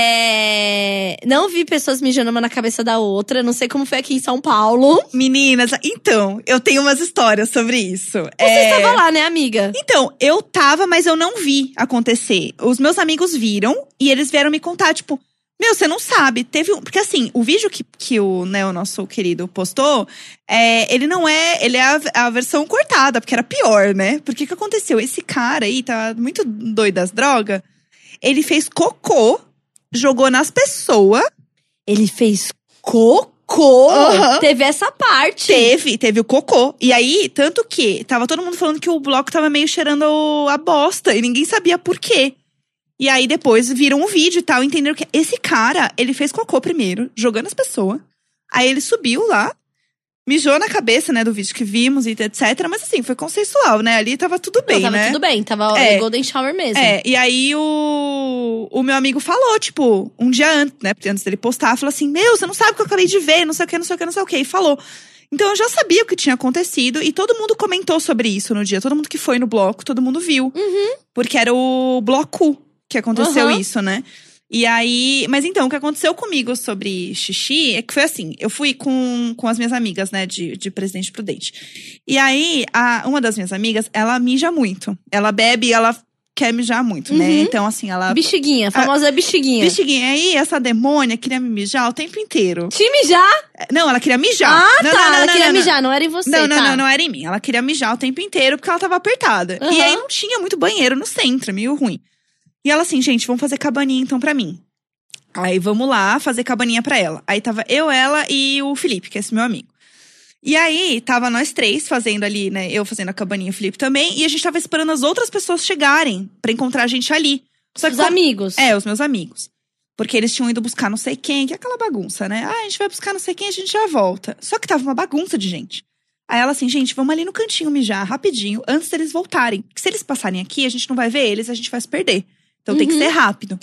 É... Não vi pessoas mijando uma na cabeça da outra. Não sei como foi aqui em São Paulo. Meninas, então, eu tenho umas histórias sobre isso. Você É, estava lá, né, amiga? Então, eu tava, mas eu não vi acontecer. Os meus amigos viram e eles vieram me contar, tipo, meu, você não sabe. Teve um. Porque assim, o vídeo que, que o, né, o nosso querido postou, é, ele não é. Ele é a, a versão cortada, porque era pior, né? Porque o que aconteceu? Esse cara aí, tá muito doido das drogas. Ele fez cocô, jogou nas pessoas. Ele fez cocô. Aham. Teve essa parte. Teve, teve o cocô. E aí, tanto que tava todo mundo falando que o bloco tava meio cheirando o- a bosta e ninguém sabia por quê. E aí depois viram o vídeo e tal, entenderam que esse cara, ele fez cocô primeiro, jogando as pessoas. Aí ele subiu lá, mijou na cabeça, né, do vídeo que vimos e etc, mas assim, foi consensual, né? Ali tava tudo bem, Não, tava né? tudo bem. Tava É. Golden Shower mesmo. É, e aí o, o meu amigo falou, tipo, um dia antes, né? Porque antes dele postar, falou assim: Meu, você não sabe o que eu acabei de ver, não sei o que, não sei o que, não sei o que. E falou. Então eu já sabia o que tinha acontecido e todo mundo comentou sobre isso no dia. Todo mundo que foi no bloco, todo mundo viu. Porque era o bloco que aconteceu Uhum. Aham. isso, né? E aí. Mas então, o que aconteceu comigo sobre xixi é que foi assim: eu fui com, com as minhas amigas, né, de, de Presidente Prudente. E aí, a- uma das minhas amigas, ela mija muito. Ela bebe e ela quer mijar muito, né? Uhum. Então, assim, ela. Bexiguinha. Famosa bexiguinha. Bexiguinha, aí essa demônia queria me mijar o tempo inteiro. É, Time já? Não, ela queria mijar. Ah, não, tá. não, não, ela não, queria não, não. mijar. Não era em você, Não, não, tá? não, não era em mim. Ela queria mijar o tempo inteiro porque ela tava apertada. E Aham. aí não tinha muito banheiro no centro, é meio ruim. E ela assim, gente, vamos fazer cabaninha então pra mim. Aí vamos lá fazer cabaninha pra ela. Aí tava eu, ela e o Felipe, que é esse meu amigo. E aí tava nós três fazendo ali, né? Eu fazendo a cabaninha, o Felipe também. E a gente tava esperando as outras pessoas chegarem pra encontrar a gente ali. Só que Os como- amigos. é, os meus amigos. Porque eles tinham ido buscar não sei quem, que é aquela bagunça, né? Ah, a gente vai buscar não sei quem, a gente já volta. Só que tava uma bagunça de gente. Aí ela assim, gente, vamos ali no cantinho mijar rapidinho, antes deles voltarem. Porque se eles passarem aqui, a gente não vai ver eles, a gente vai se perder. Então tem que Uhum. ser rápido.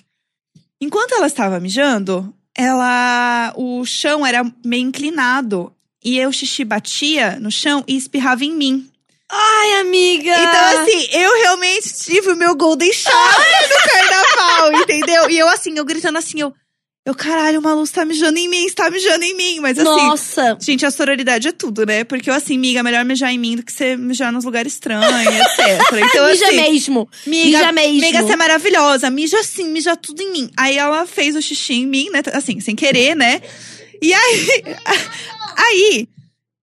Enquanto ela estava mijando, ela. O chão era meio inclinado. E eu, xixi, batia no chão e espirrava em mim. Ai, amiga. Então, assim, eu realmente tive o meu Golden Shower no carnaval, entendeu? E eu, assim, eu gritando assim, eu. Eu, caralho, o Malu está mijando em mim, está mijando em mim. Mas assim, Nossa. gente, a sororidade é tudo, né? Porque eu, assim, miga, melhor mijar em mim do que você mijar nos lugares estranhos, etc. Então, mija assim, mesmo. miga, mija mesmo. Miga, você é maravilhosa. Mija assim, mija tudo em mim. Aí ela fez o xixi em mim, né? Assim, sem querer, né? E aí. aí.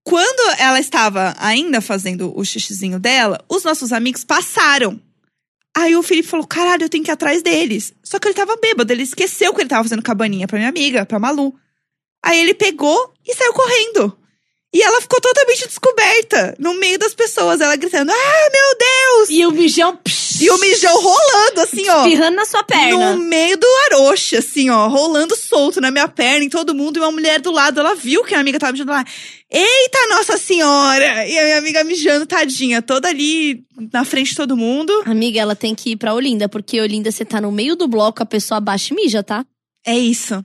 Quando ela estava ainda fazendo o xixizinho dela, os nossos amigos passaram. Aí o Felipe falou: caralho, eu tenho que ir atrás deles. Só que ele tava bêbado, ele esqueceu que ele tava fazendo cabaninha pra minha amiga, pra Malu. Aí ele pegou e saiu correndo. E ela ficou totalmente descoberta no meio das pessoas, ela gritando: Ah, meu Deus! E o mijão. psh, E o mijão rolando, assim, ó. Espirrando na sua perna. No meio do aroche, assim, ó, rolando solto na minha perna, em todo mundo, e uma mulher do lado, ela viu que a amiga tava mijando lá. Eita, Nossa Senhora! E a minha amiga mijando, tadinha, toda ali na frente de todo mundo. Amiga, ela tem que ir pra Olinda, porque Olinda, você tá no meio do bloco, a pessoa abaixa e mija, tá? É isso.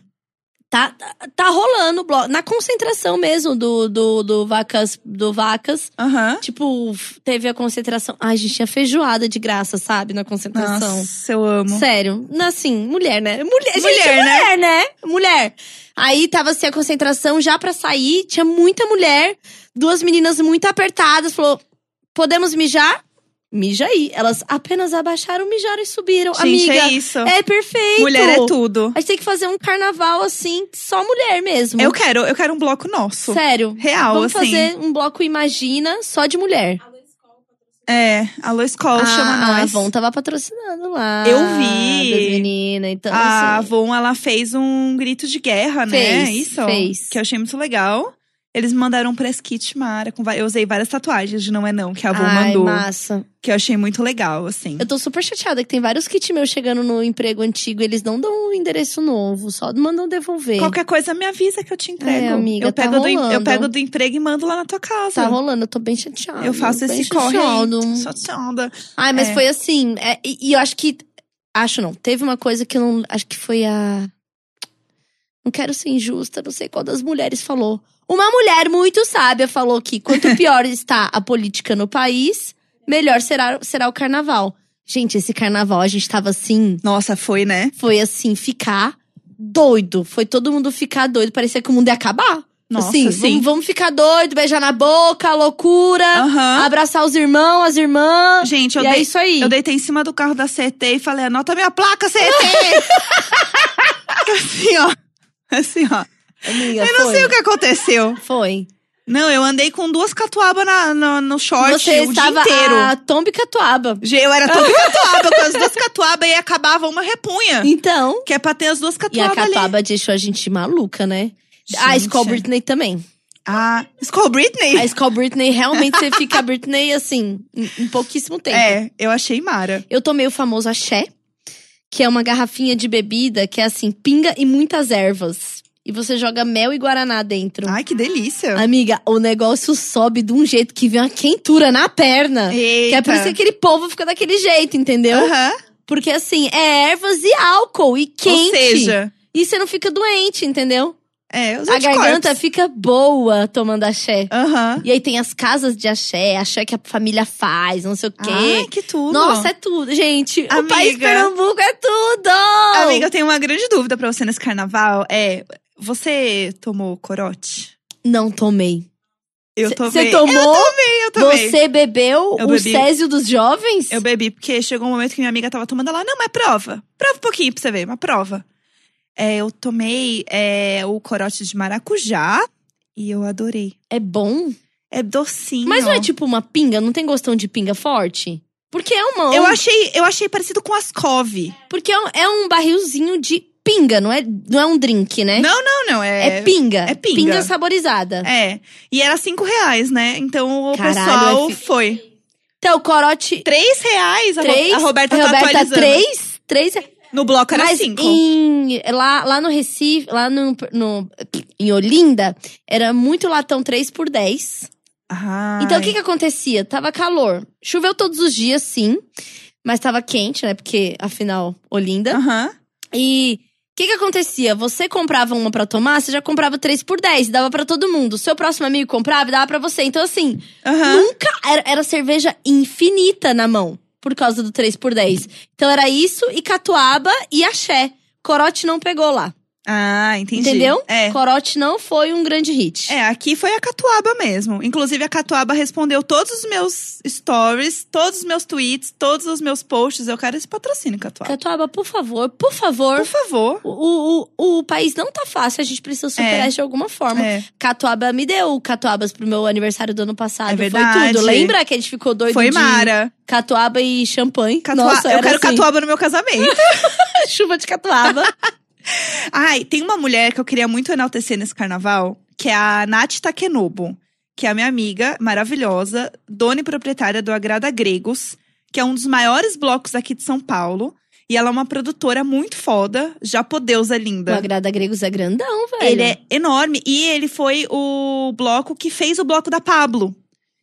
Tá, tá, tá rolando o bloco. Na concentração mesmo do, do, do Vacas. Do vacas. Aham. Tipo, teve a concentração. Ai, gente, tinha feijoada de graça, sabe? Na concentração. Nossa, eu amo. Sério. Não, Assim, mulher, né? Mulher, gente, Mulher, né? mulher, né? Mulher. Aí tava assim a concentração já pra sair, tinha muita mulher, duas meninas muito apertadas, falou: "Podemos mijar?" Mija aí. Elas apenas abaixaram, mijaram e subiram. Gente, Amiga, é isso. é perfeito. Mulher é tudo. A gente tem que fazer um carnaval assim, só mulher mesmo. Eu quero, eu quero um bloco nosso. Sério. Real, Vamos assim. fazer um bloco Imagina só de mulher. Ah, É, alô escola chama a nós. Avon tava patrocinando lá. Eu vi. Das meninas, então a assim. Avon, ela fez um grito de guerra, né? Fez, Isso. fez. Que eu achei muito legal. Eles me mandaram um press kit Mara. Com va- eu usei várias tatuagens de Não É Não, que a Avon Ai, mandou. massa. Que eu achei muito legal, assim. Eu tô super chateada que tem vários kits meus chegando no emprego antigo. Eles não dão o endereço novo, só mandam devolver. Qualquer coisa, me avisa que eu te entrego. É, amiga, eu, tá pego do, em- eu rolando. pego do emprego e mando lá na tua Tá casa. rolando, eu tô bem chateada. eu faço bem esse corre chateada. aí. Só sonda. Ai, mas É. foi assim. é, e, e eu acho que. Acho não. Teve uma coisa que eu não. Acho que foi a. Não quero ser injusta, não sei qual das mulheres falou. Uma mulher muito sábia falou que quanto pior está a política no país, melhor será, será o carnaval. Gente, esse carnaval a gente tava assim. Nossa, foi, né? foi assim, ficar doido. Foi todo mundo ficar doido. Parecia que o mundo ia acabar. Nossa, assim, sim. Vamos, vamos ficar doido, beijar na boca, loucura, Aham. abraçar os irmãos, as irmãs. Gente, eu e é dei- isso aí. Eu deitei em cima do carro da CT e falei, anota minha placa, CT! assim, ó. Assim, ó. Amiga, Eu não foi. sei o que aconteceu. Foi. Não, eu andei com duas catuabas na, na- no short Você o estava dia inteiro. a Tombe Catuaba. Ge- Eu era toda catuaba, com as duas catuabas e acabava uma repunha. Então. Que é pra ter as duas E a catuabas ali. Catuaba deixou a gente maluca, né? A Gente. Skull Britney também. Ah, Skull Britney? A Skull Britney, realmente, você fica a Britney, assim, em, em pouquíssimo tempo. É, eu achei Mara. Eu tomei o famoso axé, que é uma garrafinha de bebida que é assim, pinga e muitas ervas. E você joga mel e guaraná dentro. Ai, que delícia. Amiga, o negócio sobe de um jeito que vem uma quentura na perna. Que é por isso que aquele povo fica daquele jeito, entendeu? Aham. Porque assim, é ervas e álcool e quente. Ou seja, E você não fica doente, entendeu? é, os A garganta anticorpos. fica boa tomando axé. Aham. E aí tem as casas de axé, axé que a família faz, não sei o quê. Ai, que tudo. Nossa, é tudo, gente. O Amiga. país Pernambuco é tudo! Amiga, eu tenho uma grande dúvida pra você nesse carnaval. É, você tomou corote? Não tomei. Eu Cê- tomei. Você tomou? Eu tomei. Você bebeu Eu o bebi. Césio dos Jovens? Eu bebi, porque chegou um momento que minha amiga tava tomando ela. Não, mas prova. Prova um pouquinho pra você ver, mas prova. É, eu tomei é, o corote de maracujá e eu adorei. É bom. É docinho. Mas não é tipo uma pinga? Não tem gostão de pinga forte? Porque é uma. Eu um- achei, eu achei parecido com ascov. Porque é um, é um barrilzinho de pinga, não é, não é um drink, né? Não, não, não. É, É, pinga. é pinga. saborizada. É. E era cinco reais, né? Então o Caralho, pessoal é fi- foi. Então, corote. Três reais, a, Ro- Três. a Roberta, a tá Roberta atualizando. três. Três. No bloco era Mas cinco. em- lá, lá no Recife, lá no, no- em Olinda, era muito latão 3 por 10. Ai. Então o que que acontecia? Tava calor. Choveu todos os dias, sim. Mas tava quente, né? Porque, afinal, Olinda. Aham. E o que que acontecia? Você comprava uma pra tomar, você já comprava 3 por 10. Dava pra todo mundo. Seu próximo amigo comprava e dava pra você. Então assim, Aham. nunca… Era, era cerveja infinita na mão. Por causa do 3 por 10. Então era isso e catuaba e axé. Corote não pegou lá. Ah, entendi. Entendeu? É. Corote não foi um grande hit. É, aqui foi a Catuaba mesmo. Inclusive, a Catuaba respondeu todos os meus stories, todos os meus tweets, todos os meus posts. Eu quero esse patrocínio, Catuaba. Catuaba, por favor, por favor. Por favor. O, o, o país não tá fácil, a gente precisa superar É. isso de alguma forma. É, Catuaba me deu catuabas pro meu aniversário do ano É passado. verdade. foi tudo. Lembra que a gente ficou doido foi de Mara. catuaba e champanhe? Catua- Nossa, eu era quero assim, Catuaba no meu casamento. chuva de catuaba. Ai, tem uma mulher que eu queria muito enaltecer nesse carnaval, que é a Nath Takenobo, que é a minha amiga maravilhosa, dona e proprietária do Agrada Gregos, que é um dos maiores blocos aqui de São Paulo. E ela é uma produtora muito foda, japodeusa O linda. Agrada Gregos é grandão, velho. Ele é enorme e ele foi o bloco que fez o bloco da Pablo.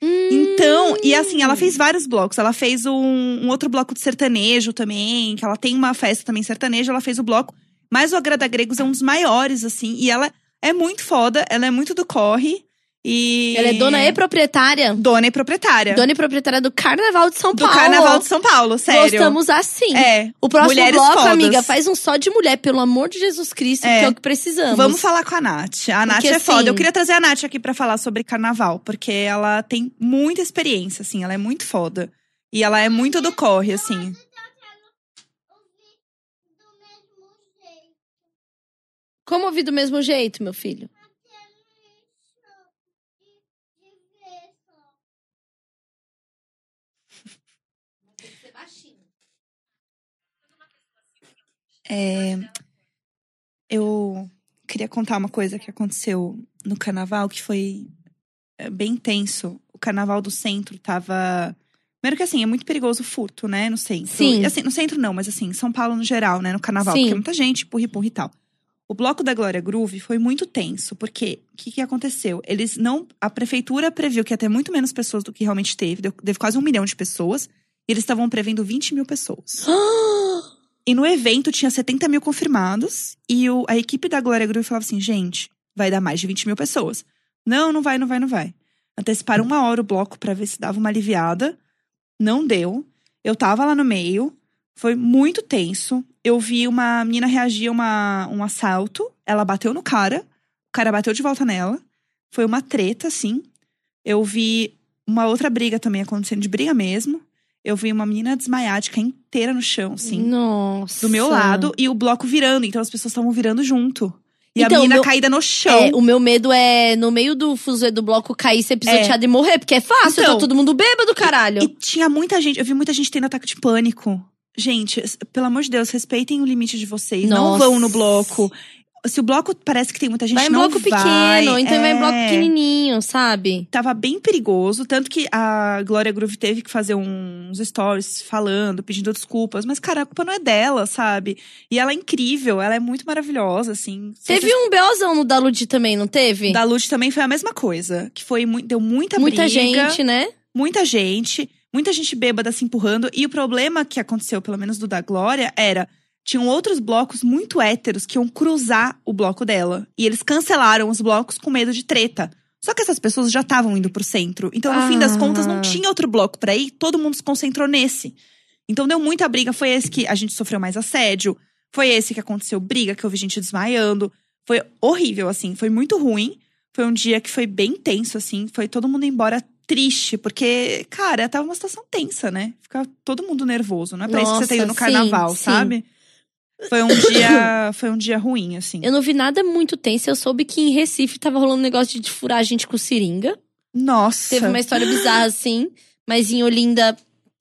Hum, Então, e assim, ela fez vários blocos. Ela fez um, um outro bloco de sertanejo também, que ela tem uma festa também sertaneja, ela fez o bloco. Mas o Agrada Gregos é um dos maiores, assim, e ela é muito foda, ela é muito do corre. E. Ela é dona e proprietária. Dona e proprietária. Dona e proprietária do Carnaval de São É. do Paulo. Carnaval de São Paulo, sério. Gostamos assim. É. O próximo Mulheres bloco, fodas. amiga, faz um só de mulher, pelo amor de Jesus Cristo, É. que é o que precisamos. Vamos falar com a Nath. A Nath Porque, é foda. assim- Eu queria trazer a Nath aqui pra falar sobre carnaval, porque ela tem muita experiência, assim, ela é muito foda. E ela é muito do corre, assim. Como ouvir do mesmo jeito, meu filho? É, eu queria contar uma coisa que aconteceu no carnaval, que foi é, bem tenso. O carnaval do centro tava. Primeiro que assim, é muito perigoso o furto, né? No centro. Sim. E, assim, no centro não, mas assim, em São Paulo no geral, né? No carnaval, Sim. porque é muita gente, purri, purri e tal. O bloco da Glória Groove foi muito tenso, porque o que, que aconteceu? Eles não. A prefeitura previu que ia ter muito menos pessoas do que realmente teve, deu, teve quase um milhão de pessoas, e eles estavam prevendo 20 mil pessoas. E no evento tinha 70 mil confirmados. E o- a equipe da Glória Groove falava assim: gente, vai dar mais de 20 mil pessoas. Não, não vai, não vai, não vai. Anteciparam uma hora o bloco pra ver se dava uma aliviada. Não deu. Eu tava lá no meio. Foi muito tenso. Eu vi uma menina reagir a uma, um assalto. Ela bateu no cara. O cara bateu de volta nela. Foi uma treta, assim. Eu vi uma outra briga também acontecendo, de briga mesmo. Eu vi uma menina desmaiática inteira no chão, assim Nossa. do meu lado e o bloco virando. Então as pessoas estavam virando junto. E Então, a menina meu- caída no chão. É, o meu medo é, no meio do fuzuê do bloco, cair, ser pisoteado e morrer. Porque é fácil, Então. tá todo mundo bêbado, caralho. E tinha muita gente. Eu vi muita gente tendo ataque de pânico. Gente, s- pelo amor de Deus, respeitem o limite de vocês. Não Nossa. vão no bloco. Se o bloco parece que tem muita gente, vai em não bloco vai. pequeno, então vai É. em bloco pequenininho, sabe? Tava bem perigoso, tanto que a Glória Groove teve que fazer uns stories falando, pedindo desculpas. Mas, cara, a culpa não é dela, sabe? E ela é incrível, ela é muito maravilhosa, assim. Teve um BOzão no da Ludi também, não teve? Da Lute também foi a mesma coisa. Que foi mui- deu muita, Muita briga, gente, né? Muita gente. Muita gente bêbada se empurrando. E o problema que aconteceu, pelo menos do da Glória, era. Tinham outros blocos muito héteros que iam cruzar o bloco dela. E eles cancelaram os blocos com medo de treta. Só que essas pessoas já estavam indo pro centro. Então, no fim das Ah. contas, não tinha outro bloco pra ir. Todo mundo se concentrou nesse. Então, deu muita briga. Foi esse que a gente sofreu mais assédio. Foi esse que aconteceu briga, que eu vi gente desmaiando. Foi horrível, assim. Foi muito ruim. Foi um dia que foi bem tenso, assim. Foi todo mundo embora triste, porque, cara, tava uma situação tensa, né? Fica todo mundo nervoso. Não é pra isso que você tá Nossa, indo no sim, carnaval, sim. sabe? Foi um dia. Foi um dia ruim, assim. Eu não vi nada muito tenso. Eu soube que em Recife tava rolando um negócio de furar a gente com seringa. Nossa. Teve uma história bizarra, assim. Mas em Olinda,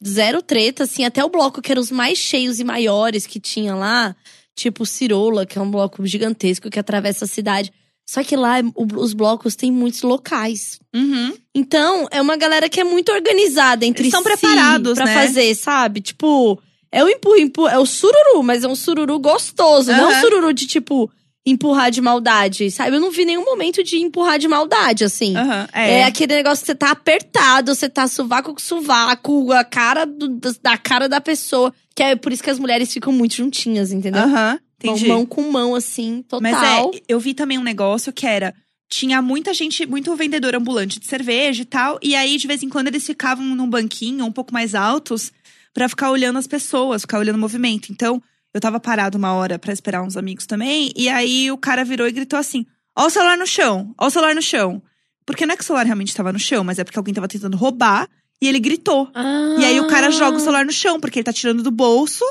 zero treta, assim. Até o bloco que era os mais cheios e maiores que tinha lá. Tipo Cirola, que é um bloco gigantesco que atravessa a cidade. Só que lá o- os blocos têm muitos locais. Uhum. Então, é uma galera que é muito organizada entre Eles são si preparados, pra né? fazer, sabe? Tipo, é o empurra, empurra, é o sururu, mas é um sururu gostoso, não Aham. um sururu de tipo empurrar de maldade, sabe? Eu não vi nenhum momento de empurrar de maldade assim. Aham. É. É. aquele negócio que você tá apertado, você tá sovaco com sovaco, a cara do- da cara da pessoa, que é por isso que as mulheres ficam muito juntinhas, entendeu? Aham. Ah, Entendi. mão com mão assim, total. Mas é, eu vi também um negócio que era. Tinha muita gente, muito vendedor ambulante de cerveja e tal. E aí, de vez em quando, eles ficavam num banquinho um pouco mais altos pra ficar olhando as pessoas, ficar olhando o movimento. Então, eu tava parado uma hora pra esperar uns amigos também. E aí o cara virou e gritou assim: Ó o celular no chão, ó o celular no chão. Porque não é que o celular realmente tava no chão, mas é porque alguém tava tentando roubar e ele gritou. Ah. E aí o cara joga o celular no chão, porque ele tá tirando do bolso.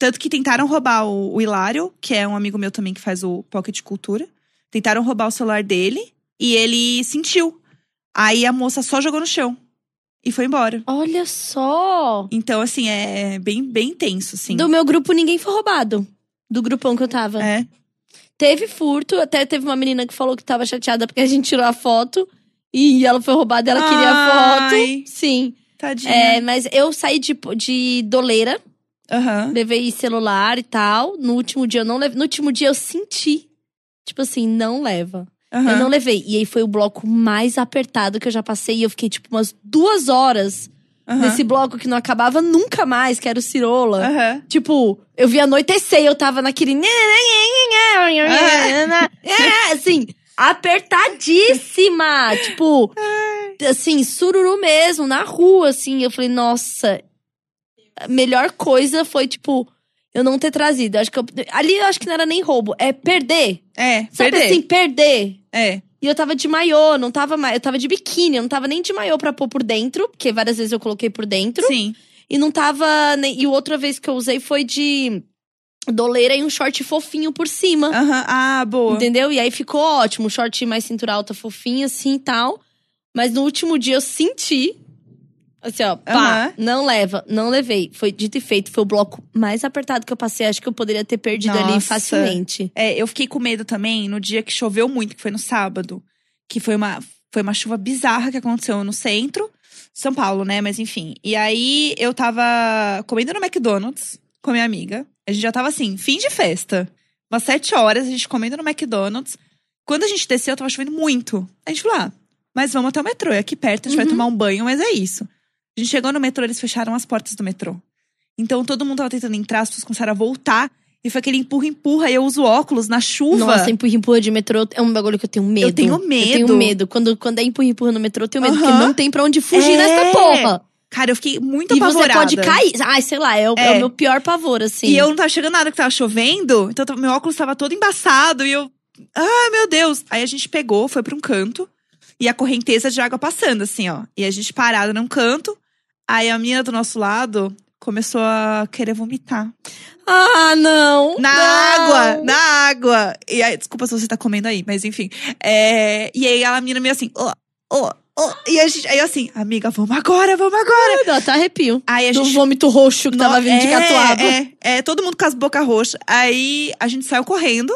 Tanto que tentaram roubar o, o Hilário, que é um amigo meu também que faz o Pocket Cultura. Tentaram roubar o celular dele e ele sentiu. Aí a moça só jogou no chão e foi embora. Ah, Olha só. Então, assim, é bem, bem tenso, assim. Do meu grupo, ninguém foi roubado. Do grupão que eu tava. É. Teve furto, até teve uma menina que falou que tava chateada porque a gente tirou a foto. E ela foi roubada, ela queria a foto. Ai. Sim. Tadinha. É, mas eu saí de, de doleira, Aham. levei celular e tal. No último dia eu não levei. No último dia eu senti. Tipo assim, não leva. Aham. Eu não levei. E aí foi o bloco mais apertado que eu já passei. E eu fiquei, tipo, umas duas horas aham, nesse bloco que não acabava nunca mais, que era o Cirola. aham. Tipo, eu vi anoitecer e eu tava naquele. É, assim, apertadíssima. Tipo, assim, sururu mesmo, na rua, assim. Eu falei, nossa, a melhor coisa foi, tipo, eu não ter trazido. Acho que eu- ali eu acho que não era nem roubo, é perder. É, Sabe perder. assim, perder. É. E eu tava de maiô, não tava ma- Eu tava de biquíni, eu não tava nem de maiô pra pôr por dentro, porque várias vezes eu coloquei por dentro. Sim. E não tava. Nem, e outra vez que eu usei foi de doleira e um short fofinho por cima. Aham. Ah, boa. Entendeu? E aí ficou ótimo. Um short mais cintura alta, fofinho, assim e tal. Mas no último dia eu senti. Assim, ó, pá, Aham. não leva, não levei. Foi dito e feito, foi o bloco mais apertado que eu passei. Acho que eu poderia ter perdido ali Nossa. facilmente. É, eu fiquei com medo também no dia que choveu muito, que foi no sábado. Que foi uma, foi uma chuva bizarra que aconteceu no centro, São Paulo, né? Mas enfim. E aí eu tava comendo no McDonald's com a minha amiga. A gente já tava assim, fim de festa. Umas sete horas, a gente comendo no McDonald's. Quando a gente desceu, tava chovendo muito. A gente falou, ah, mas vamos até o metrô. É aqui perto, a gente vai tomar um banho, mas é isso. A gente chegou no metrô, eles fecharam as portas do metrô. Então todo mundo tava tentando entrar, as pessoas começaram a voltar. E foi aquele empurra-empurra. E eu uso óculos na chuva. Nossa, empurra-empurra de metrô é um bagulho que eu tenho medo. Eu tenho medo. Eu tenho medo. Quando, quando é empurra-empurra no metrô, eu tenho medo. Porque Aham. não tem pra onde fugir É. dessa porra. Cara, eu fiquei muito e apavorada. você pode cair. Ai, sei lá, é o, é o É. meu pior pavor, assim. E eu não tava chegando na hora que tava chovendo. Então meu óculos tava todo embaçado. E eu... Ah, meu Deus. Aí a gente pegou, foi pra um canto. E a correnteza de água passando, assim, ó. E a gente parada num canto. Aí a menina do nosso lado começou a querer vomitar. Ah, não! Na não. água, na água. E aí, desculpa se você tá comendo aí, mas enfim. É, e aí a menina meio assim, ó, ó, ó. E a gente, aí eu assim, amiga, vamos agora, vamos agora. Ai, dá até arrepio. Aí a Do gente. vômito roxo que tava No- vindo de é, catuaba. É, é, todo mundo com as bocas roxas. Aí a gente saiu correndo,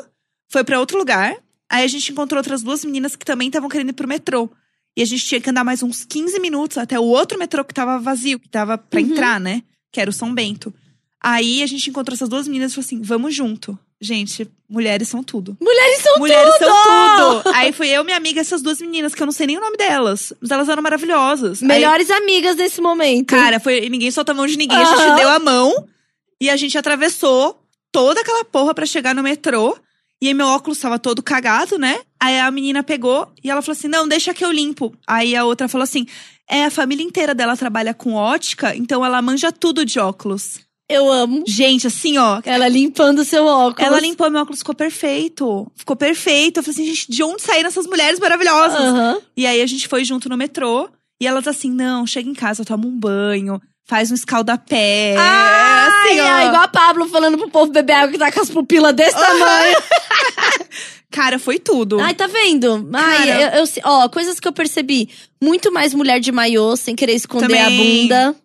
foi pra outro lugar. Aí a gente encontrou outras duas meninas que também estavam querendo ir pro metrô. E a gente tinha que andar mais uns 15 minutos até o outro metrô que tava vazio, que tava pra Uhum. entrar, né? Que era o São Bento. Aí a gente encontrou essas duas meninas e falou assim: vamos junto. Gente, mulheres são tudo. Mulheres são Mulheres tudo! são tudo! Aí foi eu, minha amiga, essas duas meninas, que eu não sei nem o nome delas. Mas elas eram maravilhosas. Aí- melhores amigas nesse momento. Cara, foi ninguém solta a mão de ninguém. A Aham. gente deu a mão e a gente atravessou toda aquela porra pra chegar no metrô. E aí meu óculos tava todo cagado, né? Aí a menina pegou e ela falou assim: "Não, deixa que eu limpo". Aí a outra falou assim: "É, a família inteira dela trabalha com ótica, então ela manja tudo de óculos". eu amo. Gente, assim, ó, Ela limpando seu óculos. ela limpou meu óculos, ficou perfeito. Ficou perfeito. Eu falei assim, gente, de onde saíram essas mulheres maravilhosas? Aham. E aí a gente foi junto no metrô. E elas assim, não, chega em casa, toma um banho, faz um É, escaldapé. Ai, assim, ó. ai, igual a Pablo falando pro povo beber água que tá com as pupilas desse tamanho. Cara, foi tudo. Ai, tá vendo? Ai, Cara. eu, eu se- ó, coisas que eu percebi. Muito mais mulher de maiô, sem querer esconder Também. a bunda.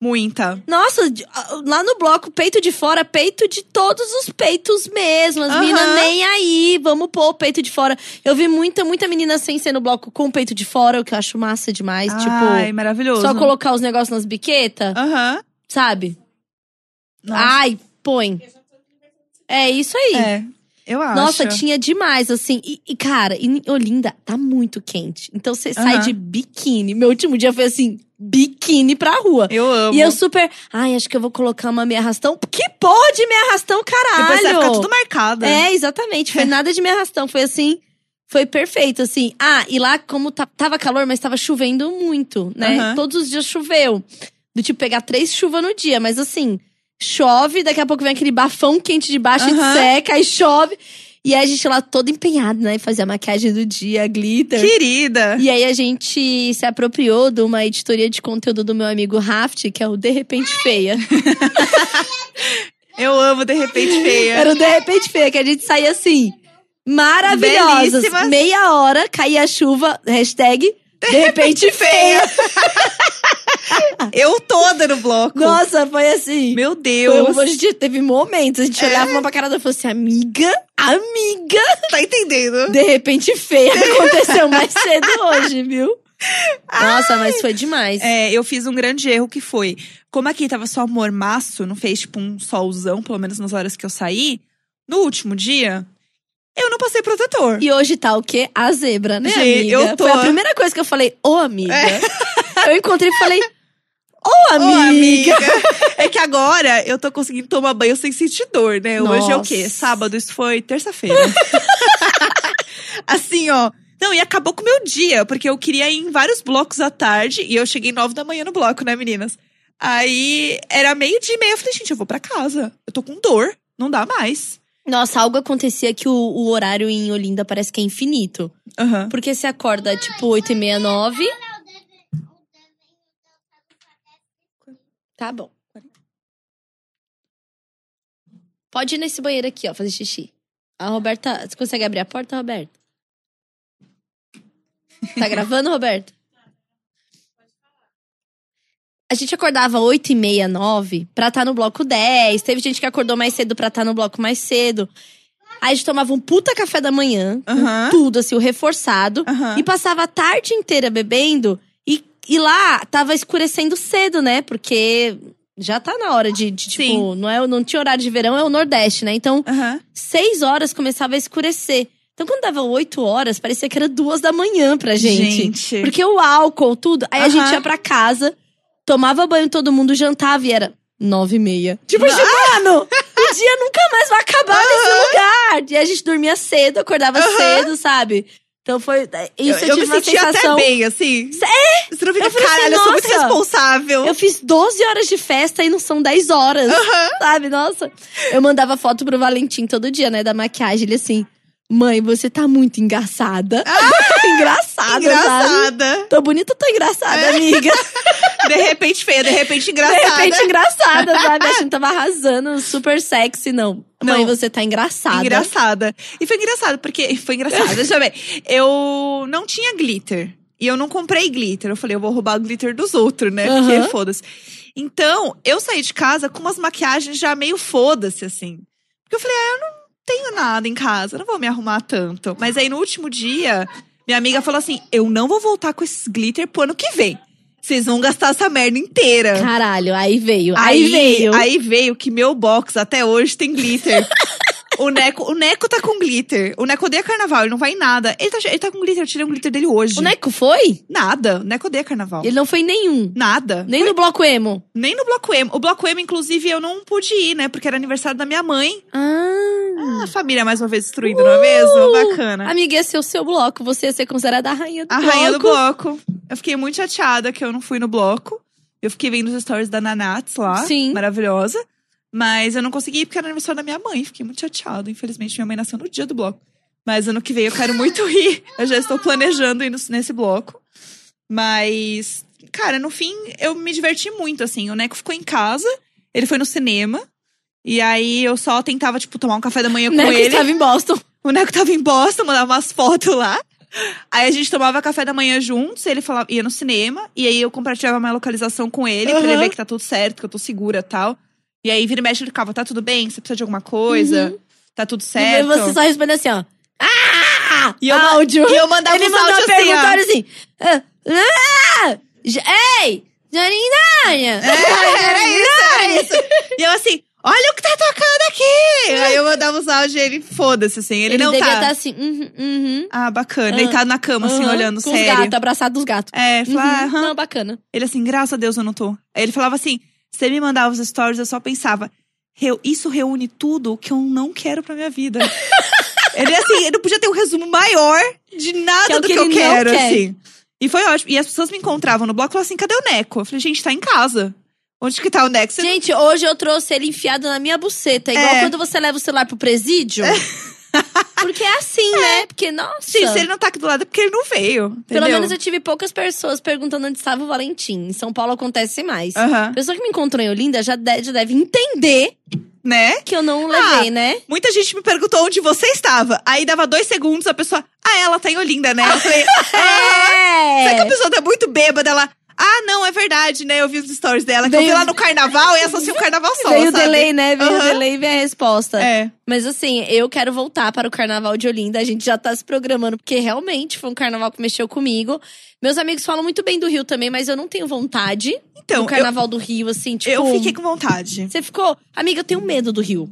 Muita. Nossa, de- ah, lá no bloco, peito de fora, peito de todos os peitos mesmo. As Aham. meninas nem aí, vamos pôr o peito de fora. Eu vi muita, muita menina sem ser no bloco com o peito de fora, o que eu acho massa demais. Ai, tipo, maravilhoso. só colocar os negócios nas biquetas, Aham. sabe? Nossa, Ai, põe. É isso aí. É, eu acho. Nossa, tinha demais, assim. E, e, cara, em Olinda tá muito quente. Então você sai Aham. de biquíni. Meu último dia foi assim, biquíni pra rua. Eu amo. E eu super. Ai, acho que eu vou colocar uma meia arrastão. Que porra de meia arrastão, caralho! Depois vai ficar tudo marcado. É, exatamente. Foi nada de meia arrastão. Foi assim. Foi perfeito, assim. Ah, e lá, como ta- tava calor, mas tava chovendo muito, né? Aham. Todos os dias choveu. Do tipo pegar três chuvas no dia, mas assim, chove, daqui a pouco vem aquele bafão quente de baixo e Aham. seca, aí chove. E aí a gente lá todo empenhado, né? Fazer a maquiagem do dia, glitter. Querida. E aí a gente se apropriou de uma editoria de conteúdo do meu amigo Raft, que é o De Repente Feia. Eu amo, de repente, feia. Era o De Repente Feia, que a gente saía assim, maravilhosas. Belíssimas. Meia hora, caía a chuva, hashtag De Repente Feia. Eu toda no bloco. Nossa, foi assim. Meu Foi Deus. um- a gente teve momentos, a gente olhava uma pra cara da outra e falou assim, amiga, amiga, Tá entendendo? de repente feia aconteceu mais cedo hoje, viu? Nossa, mas foi demais. É, eu fiz um grande erro que foi. Como aqui tava só mormaço, não fez tipo um solzão, pelo menos nas horas que eu saí, no último dia, eu não passei protetor. E hoje tá o quê? A zebra, né, Gente, amiga? eu tô- É. Foi a primeira coisa que eu falei, ô amiga. Eu encontrei e falei, ô Ô, amiga. É que agora eu tô conseguindo tomar banho sem sentir dor, né? Hoje é o quê? Nossa. Sábado, isso foi terça-feira. assim, ó. Não, e acabou com o meu dia, porque eu queria ir em vários blocos à tarde e eu cheguei nove da manhã no bloco, né, meninas? Aí era meio dia e meia, eu falei, gente, eu vou pra casa. Eu tô com dor, não dá mais. Nossa, algo acontecia que o, o horário em Olinda parece que é infinito. Aham. Porque você acorda tipo 8 e meia, 9. Tá bom. Pode ir nesse banheiro aqui, ó, fazer xixi. A Roberta. Você consegue abrir a porta, Roberta? Tá gravando, Roberta? A gente acordava 8 e meia, 9 pra estar no bloco 10. Teve gente que acordou mais cedo pra estar no bloco mais cedo. Aí a gente tomava um puta café da manhã, com Aham. tudo, assim, o reforçado. Aham. E passava a tarde inteira bebendo. E, e lá tava escurecendo cedo, né? Porque já tá na hora de, de, tipo, Sim. não, é, não tinha horário de verão, é o Nordeste, né? Então, Aham. seis horas começava a escurecer. Então, quando dava oito horas, parecia que era duas da manhã pra gente. Gente. Porque o álcool, tudo. Aí a Aham. gente ia pra casa, tomava banho, todo mundo jantava e era nove e meia. Tipo, assim, Ah, mano, o dia nunca mais vai acabar nesse lugar. E a gente dormia cedo, acordava Aham. cedo, sabe? Então foi. Isso eu, eu, eu tive me uma senti até sensação. bem, assim. Você não fica, Eu falei assim, caralho, eu sou muito nossa. responsável. Eu fiz 12 horas de festa e não são 10 horas. Sabe? Nossa. Eu mandava foto pro Valentim todo dia, né? Da maquiagem. Ele assim: Mãe, você tá muito engraçada. engraçada, sabe? Ah! Engraçada. Tô bonita, tô engraçada, amiga. De repente feia, de repente De engraçada. repente, engraçada, sabe? Achando que tava arrasando, super sexy, não. Mãe, Não. você tá engraçada. Engraçada. E foi engraçado, porque. Foi engraçado, deixa eu ver. Eu não tinha glitter. E eu não comprei glitter. Eu falei, eu vou roubar o glitter dos outros, né? Aham. Porque foda-se. Então, eu saí de casa com umas maquiagens já meio foda-se, assim. Porque eu falei, ah, eu não tenho nada em casa, não vou me arrumar tanto. Mas aí no último dia, minha amiga falou assim: eu não vou voltar com esses glitter pro ano que vem. Vocês vão gastar essa merda inteira. Caralho, aí veio. Aí, veio. Aí veio que meu box até hoje tem glitter. o, Neco, o Neco tá com glitter. O Neco odeia carnaval, ele não vai em nada. Ele tá, ele tá com glitter, eu tirei um glitter dele hoje. O Neco foi? Nada. O Neco odeia carnaval. Ele não foi em nenhum. Nada. Nem no bloco emo. Nem no Bloco Emo. O Bloco Emo, inclusive, eu não pude ir, né? Porque era aniversário da minha mãe. Ah. Ah, a família mais uma vez destruída, não é Uh! mesmo? Bacana. Amiga, ia ser o seu bloco. Você ia ser considerada a rainha do A bloco. rainha do bloco. Eu fiquei muito chateada que eu não fui no bloco. Eu fiquei vendo os stories da Nanats lá. Sim. Maravilhosa. Mas eu não consegui ir porque era aniversário da minha mãe. Fiquei muito chateada. Infelizmente, minha mãe nasceu no dia do bloco. Mas ano que vem eu quero muito ir. Eu já estou planejando ir nos- nesse bloco. Mas, cara, no fim eu me diverti muito, assim. O Neco ficou em casa, ele foi no cinema. E aí eu só tentava, tipo, tomar um café da manhã com Né, que ele. estava em Boston. O Neco tava em Boston, mandava umas fotos lá. Aí a gente tomava café da manhã juntos, ele falava, ia no cinema, e aí eu compartilhava minha localização com ele, pra ele Aham. ver que tá tudo certo, que eu tô segura e tal. E aí vira e mexe, ele ficava, tá tudo bem? Você precisa de alguma coisa? Tá tudo Uhum. E certo? você só responde assim, ó. Ah! E eu ma- áudio. E eu mandava Ele uns mandou áudios uma assim, pergunta, ó. olha assim. Ah, ah, J- ei! Janinária! Era isso, era É, isso. E eu assim, olha o que tá tocando aqui! Aí eu mandava os áudios e ele, foda-se, assim, ele, Ele não devia tá. estar assim, uhum, uhum. Ah, bacana, deitado na cama, assim, uhum, olhando, com sério. os gatos, abraçado dos gatos. É, Uhum, falar, aham. Não, bacana. Ele assim, graças a Deus eu não tô. Aí Ele falava assim, você me mandava os stories, eu só pensava, "Reu- isso reúne tudo o que eu não quero pra minha vida. ele assim, ele não podia ter um resumo maior de nada Que é o do que que, eu ele não quero, quer. assim. E foi ótimo. E as pessoas me encontravam no bloco e falavam assim, cadê o Neco? Eu falei, gente, tá em casa. Onde que tá o Neco? Você Gente, hoje eu trouxe ele enfiado na minha buceta. Igual É. quando você leva o celular pro presídio. Porque é assim, né? Porque, nossa. Gente, se ele não tá aqui do lado é porque ele não veio. Pelo entendeu? menos eu tive poucas pessoas perguntando onde estava o Valentim. Em São Paulo acontece mais. Aham. A pessoa que me encontrou em Olinda já, de- já deve entender Né? que eu não o levei, né? Muita gente me perguntou onde você estava. Aí dava dois segundos, a pessoa, ah, ela tá em Olinda, né? Eu falei, ah, Será que a É! pessoa tá muito bêbada? Ela. Ah, Ah, não, é verdade, né? Eu vi os stories dela. Que eu Veio- vi lá no carnaval e essa assim, o carnaval só. Veio o sabe? delay, né? Veio o Aham. delay e veio a resposta. É. Mas assim, eu quero voltar para o carnaval de Olinda. A gente já tá se programando, porque realmente foi um carnaval que mexeu comigo. Meus amigos falam muito bem do Rio também, mas eu não tenho vontade Então, do carnaval do Rio, assim, tipo. eu, eu fiquei com vontade. Você ficou. Amiga, eu tenho medo do Rio.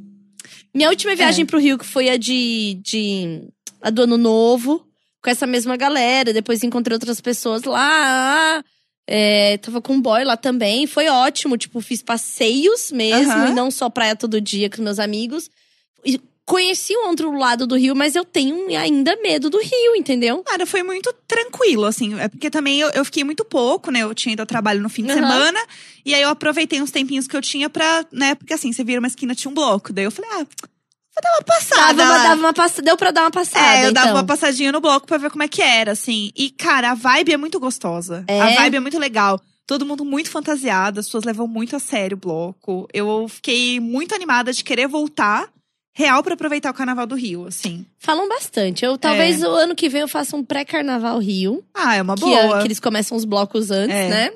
Minha última É. viagem pro Rio, que foi a de. de a do Ano Novo, com essa mesma galera. Depois encontrei outras pessoas lá. É, tava com um boy lá também. Foi ótimo. Tipo, fiz passeios mesmo. Aham. E não só praia todo dia com meus amigos. E conheci o outro lado do Rio, mas eu tenho ainda medo do Rio, entendeu? Cara, foi muito tranquilo, assim. É porque também eu, eu fiquei muito pouco, né? Eu tinha ido ao trabalho no fim de Aham. semana. E aí eu aproveitei uns tempinhos que eu tinha pra, né? Porque assim, você vira uma esquina, tinha um bloco. Daí eu falei, ah, vou dar uma passada. Dava, lá. dava uma passa- Deu pra Tá, dar uma passada. Tá, É, eu dava então. uma passadinha no bloco pra ver como é que era, assim. E, cara, a vibe é muito gostosa. É? A vibe é muito legal. Todo mundo muito fantasiado, as pessoas levam muito a sério o bloco. Eu fiquei muito animada de querer voltar real pra aproveitar o Carnaval do Rio, assim. Falam bastante. Eu talvez É. o ano que vem eu faça um pré-carnaval Rio. Ah, é uma que, boa. que eles começam os blocos antes, É. né?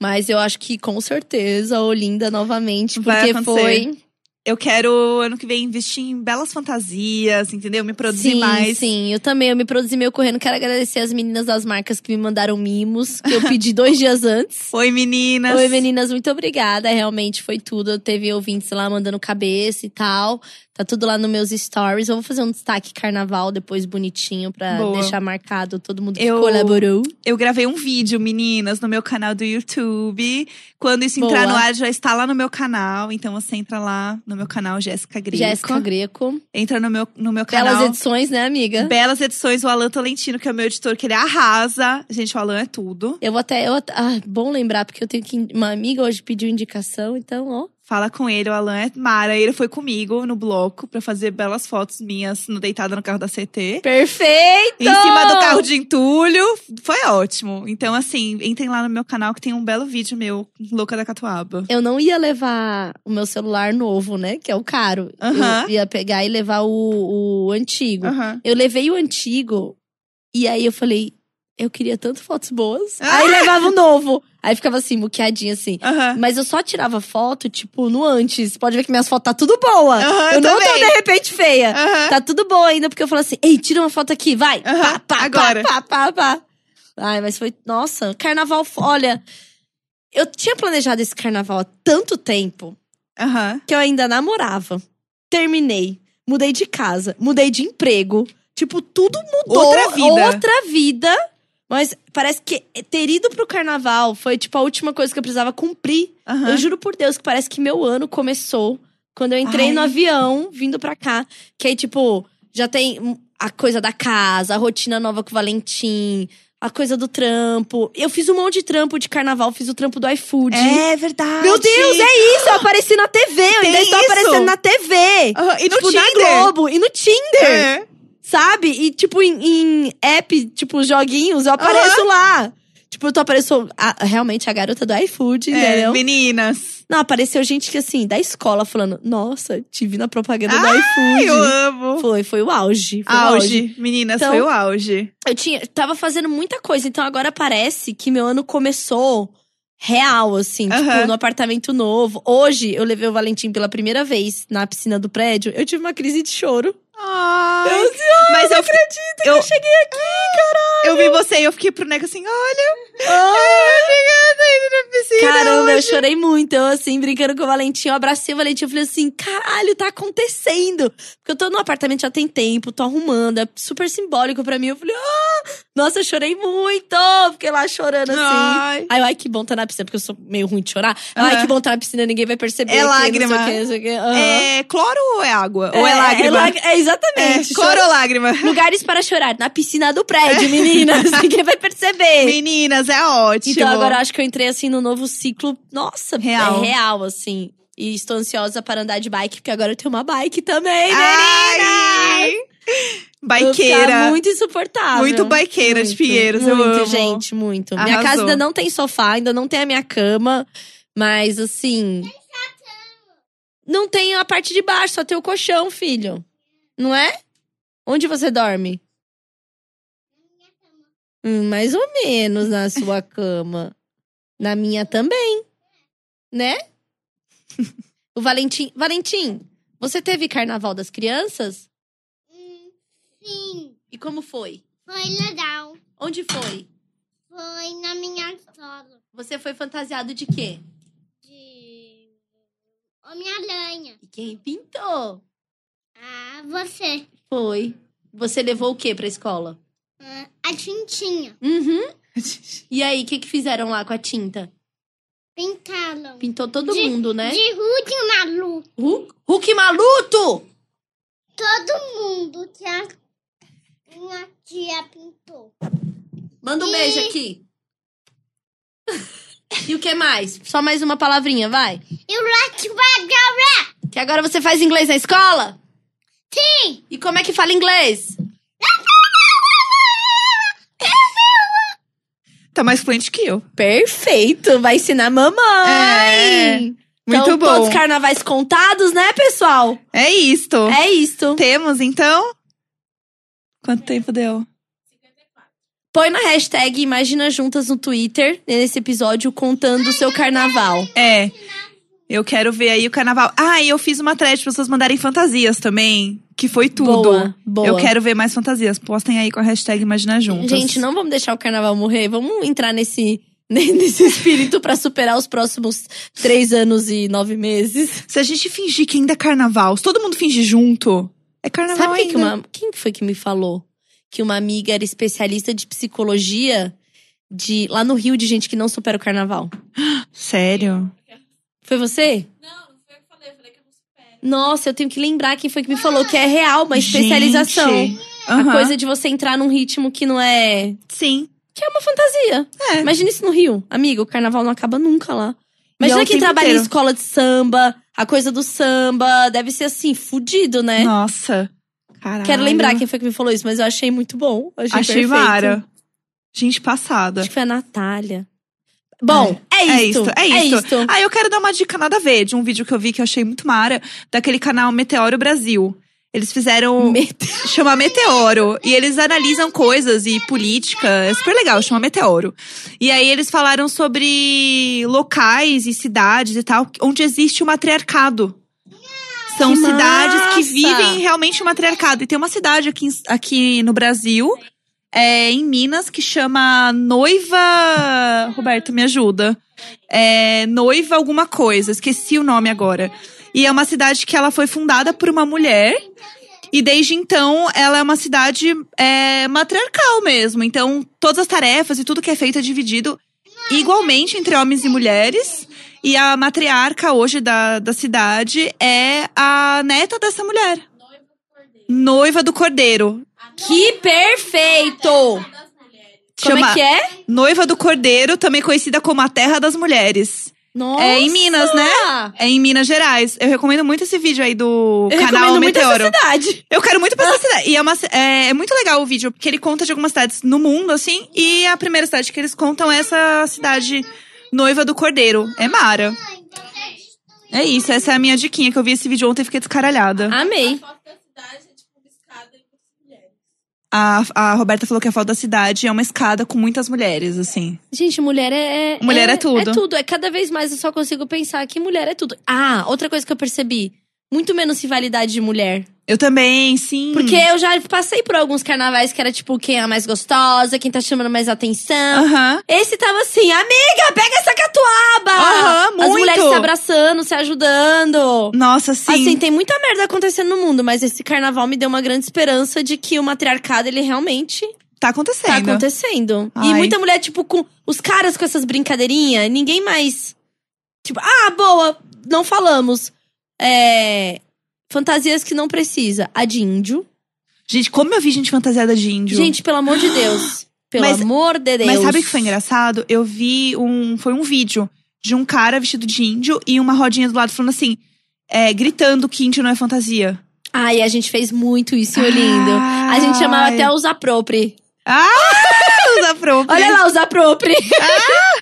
Mas eu acho que com certeza a Olinda novamente, Vai porque acontecer. foi. Eu quero, ano que vem, investir em belas fantasias, entendeu? Me produzir sim, mais. sim, eu também, eu me produzi meio correndo. Quero agradecer as meninas das marcas que me mandaram mimos, que eu pedi dois dias antes. Oi, meninas. Oi, meninas, muito obrigada. Realmente foi tudo. Teve ouvintes lá mandando cabeça e tal. Tá tudo lá nos meus stories. Eu vou fazer um destaque carnaval depois bonitinho pra Boa. deixar marcado todo mundo que Eu- colaborou. Eu gravei um vídeo, meninas, no meu canal do YouTube. Quando isso entrar Boa. no ar, já está lá no meu canal. Então você entra lá no meu canal, Jéssica Greco. Jéssica Greco. Entra no meu, no meu canal. Belas edições, né, amiga? Belas edições, o Alan Tolentino, que é o meu editor, que ele arrasa. Gente, o Alan é tudo. Eu vou até. Eu, até- ah, bom lembrar, porque eu tenho que. Uma amiga hoje pediu indicação, então, ó. Fala com ele, o Alan é mara. Ele foi comigo no bloco pra fazer belas fotos minhas no deitada no carro da CT. Perfeito! Em cima do carro de entulho. Foi ótimo. Então, assim, entrem lá no meu canal que tem um belo vídeo meu, Louca da Catuaba. Eu não ia levar o meu celular novo, né? Que é o caro. Aham. Eu ia pegar e levar o, o antigo. Aham. Eu levei o antigo, e aí eu falei. Eu queria tanto fotos boas. Ah! Aí levava o novo. Aí ficava assim, muqueadinha assim. Aham. Mas eu só tirava foto, tipo, no antes. Pode ver que minhas fotos tá tudo boa. Aham, eu eu não tô, também. de repente, feia. Aham. Tá tudo bom ainda, porque eu falo assim, ei, tira uma foto aqui, vai. Aham, Pá, pá, agora. Pá, pá, pá, pá. Ai, mas foi. Nossa, carnaval. fo- Olha, eu tinha planejado esse carnaval há tanto tempo Aham. que eu ainda namorava. Terminei. Mudei de casa. Mudei de emprego. Tipo, tudo mudou. Outra vida. Outra vida. Mas parece que ter ido pro carnaval foi, tipo, a última coisa que eu precisava cumprir. Aham. Eu juro por Deus que parece que meu ano começou quando eu entrei Ai. no avião vindo pra cá. Que aí, tipo, já tem hum, a coisa da casa, a rotina nova com o Valentim, a coisa do trampo. Eu fiz um monte de trampo de carnaval, fiz o trampo do iFood. É verdade. Meu Deus, é isso! Eu apareci na TV, eu ainda Tem estou isso? aparecendo na TV. Aham, E no tipo, Tinder. na Globo e no Tinder, É. sabe? E, tipo, em, em app, tipo, joguinhos, eu apareço lá. Tipo, eu tô aparecendo a- realmente a garota do iFood, É, entendeu? meninas. Não, apareceu gente que, assim, da escola falando: Nossa, te vi na propaganda do Ai, Eu iFood. amo. Foi, foi o auge. Foi O auge. Auge. Meninas, Então- foi o auge. Eu tinha, tava fazendo muita coisa, então agora parece que meu ano começou real, assim, tipo, Aham. no apartamento novo. Hoje eu levei o Valentim pela primeira vez na piscina do prédio. Eu tive uma crise de choro. Ai, mas eu acredito eu, que eu cheguei aqui, caralho. Eu vi você e eu fiquei pro Neco assim, olha. Ah. Ai, obrigada, indo na piscina. Caramba, eu hoje. chorei muito. Eu, assim, brincando com o Valentim, eu abracei o Valentim. Eu falei assim: caralho, tá acontecendo. Porque eu tô no apartamento já tem tempo, tô arrumando, é super simbólico pra mim. Eu falei: ah, nossa, eu chorei muito. Fiquei lá chorando assim. Ai. Aí, eu, ai, que bom tá na piscina, porque eu sou meio ruim de chorar. Eu, Ai, Ah. Aham. que bom tá na piscina, ninguém vai perceber. É que não sei o lágrima. quê, não sei o quê. Aham. É cloro ou é água? ou é lágrima? É, lag- é, exatamente. É, cloro Chora- ou lágrima? Lugares para chorar. Na piscina do prédio, meninas. ninguém vai perceber. Meninas, é ótimo. Então agora eu acho que eu entrei assim no novo ciclo. Nossa, Real. é real, assim. E estou ansiosa para andar de bike, porque agora eu tenho uma bike também, Ai. meninas! Vou ficar Baiqueira. Muito insuportável. Muito baiqueira de Pinheiros, eu muito, amo. gente, muito. Minha Arrasou. casa ainda não tem sofá, ainda não tem a minha cama. Mas assim. Não tem a parte de baixo, só tem o colchão, filho. Não é? Onde você dorme? Hum, Mais ou menos na sua cama. Na minha também. Né? O Valentim. Valentim, você teve carnaval das crianças? Hum, Sim, E como foi? foi legal. Onde foi? Foi na minha escola Você foi fantasiado de quê? de Homem-Aranha. E quem pintou? Ah, você. Foi. Você levou o quê pra escola? Ah, a tintinha. Uhum. E aí, o que, que fizeram lá com a tinta? Pintaram. Pintou todo De- mundo, né? De Rude Malu. Hulk, Hulk maluto! Todo mundo que a minha tia pintou. Manda um beijo aqui. E o que mais? Só mais uma palavrinha, vai. E o Lati Vagal. Que agora você faz inglês na escola? Sim. E como é que fala inglês? Tá mais fluente que eu. Perfeito, vai ensinar É, mamãe. Muito então, bom. todos os carnavais contados, né, pessoal? É isto. É isto. Temos, então? Quanto tempo deu? Põe na hashtag Imagina Juntas no Twitter, nesse episódio, contando o seu carnaval. É. Eu quero ver aí o carnaval. Ah, e eu fiz uma thread pra vocês mandarem fantasias também. Que foi tudo. Boa, boa. Eu quero ver mais fantasias. Postem aí com a hashtag Imagina Juntas. Gente, não vamos deixar o carnaval morrer. Vamos entrar nesse, nesse espírito pra superar os próximos três anos e nove meses. Se a gente fingir que ainda é carnaval, se todo mundo fingir junto, é carnaval Sabe quem que ainda. uma, quem que foi que me falou? Que uma amiga era especialista de psicologia de lá no Rio de gente que não supera o carnaval. Sério? Foi você? Não, não foi eu que falei, eu falei que eu não supero. Nossa, eu tenho que lembrar quem foi que me falou que é real, uma especialização. Gente. A Aham. coisa de você entrar num ritmo que não é. Sim. que é uma fantasia. É. Imagina isso no Rio. Amiga, o carnaval não acaba nunca lá. Imagina é o quem tempo trabalha em inteiro. escola de samba, a coisa do samba, deve ser assim, fudido, né? Nossa. Caralho. Quero lembrar quem foi que me falou isso, mas eu achei muito bom. Eu Achei, Achei perfeito. Mara. Gente passada. Acho que foi a Natália. Bom, é, É isso. isto, é isto. Ah, eu quero dar uma dica nada a ver de um vídeo que eu vi que eu achei muito mara, daquele canal Meteoro Brasil. Eles fizeram. Me- chama Meteoro. E eles analisam coisas e política. É super legal, chama Meteoro. E aí eles falaram sobre locais e cidades e tal, onde existe o matriarcado. São Que cidades que massa! vivem realmente o matriarcado. E tem uma cidade aqui, em- aqui no Brasil, é, em Minas, que chama Noiva. Roberto, me ajuda. É, noiva alguma coisa, esqueci o nome agora. E é uma cidade que ela foi fundada por uma mulher. E desde então, ela é uma cidade é, matriarcal mesmo. Então, todas as tarefas e tudo que é feito é dividido igualmente entre homens e mulheres. E a matriarca hoje da, da cidade é a neta dessa mulher. Noiva do Cordeiro. Que perfeito! Como Chama- é que é? Noiva do Cordeiro, também conhecida como a Terra das Mulheres. Nossa! É em Minas, né? É em Minas Gerais. Eu recomendo muito esse vídeo aí do Eu canal recomendo muito essa Meteoro. cidade. Eu quero muito passar essa cidade. E é, uma ci- é- é muito legal o vídeo, porque ele conta de algumas cidades no mundo, assim. E a primeira cidade que eles contam é essa cidade noiva do Cordeiro. É Mara. É isso, essa é a minha diquinha, que eu vi esse vídeo ontem e fiquei descaralhada. Amei. A foto da cidade é tipo biscada e muitas mulheres. A, a Roberta falou que a foto da cidade é uma escada com muitas mulheres, assim. Gente, mulher é. é- Mulher é tudo. É tudo. É cada vez mais eu só consigo pensar que mulher é tudo. Ah, outra coisa que eu percebi. Muito menos rivalidade de mulher. Eu também, sim. Porque eu já passei por alguns carnavais que era tipo quem é a mais gostosa, quem tá chamando mais atenção. Aham. Esse tava assim, amiga, pega essa catuaba! Aham, As muito. mulheres se abraçando, se ajudando. Nossa, sim. Assim, tem muita merda acontecendo no mundo, mas esse carnaval me deu uma grande esperança de que o matriarcado, ele realmente tá acontecendo. Tá acontecendo. E Ai. muita mulher, tipo, com os caras com essas brincadeirinhas, ninguém mais. Tipo, ah, boa, não falamos. É. Fantasias que não precisa. A de índio. Gente, como eu vi gente fantasiada de índio. Gente, pelo amor de Deus. Pelo Mas- amor de Deus. Mas sabe o que foi engraçado? Eu vi um. Foi um vídeo de um cara vestido de índio e uma rodinha do lado falando assim. é, gritando que índio não é fantasia. Ai, a gente fez muito isso, ô lindo. A gente Ai. chamava até os apropri. Usa própria. Olha lá, os apropri. Ah!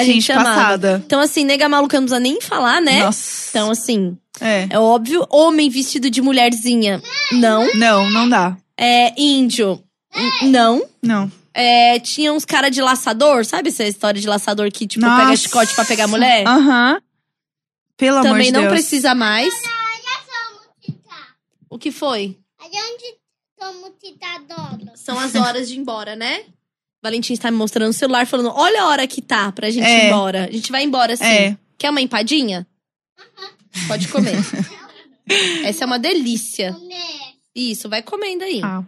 a gente, chamava. passada. Então, assim, nega maluca não precisa nem falar, né? Nossa. Então, assim, É. é óbvio. Homem vestido de mulherzinha. Não. Não, não dá. É, índio. N- Não. Não. É, tinha uns cara de laçador, sabe essa história de laçador que, tipo, Nossa. pega chicote pra pegar mulher? Aham. Pelo amor Também de não Deus. precisa mais. Tita. O que foi? Olha onde toma o Tita Dolo. São as horas de ir embora, né? Valentim está me mostrando o celular, falando: olha a hora que tá pra gente É. ir embora. A gente vai embora sim. É. Quer uma empadinha? Pode comer. Essa é uma delícia. Né? Isso, vai comendo aí. Ah.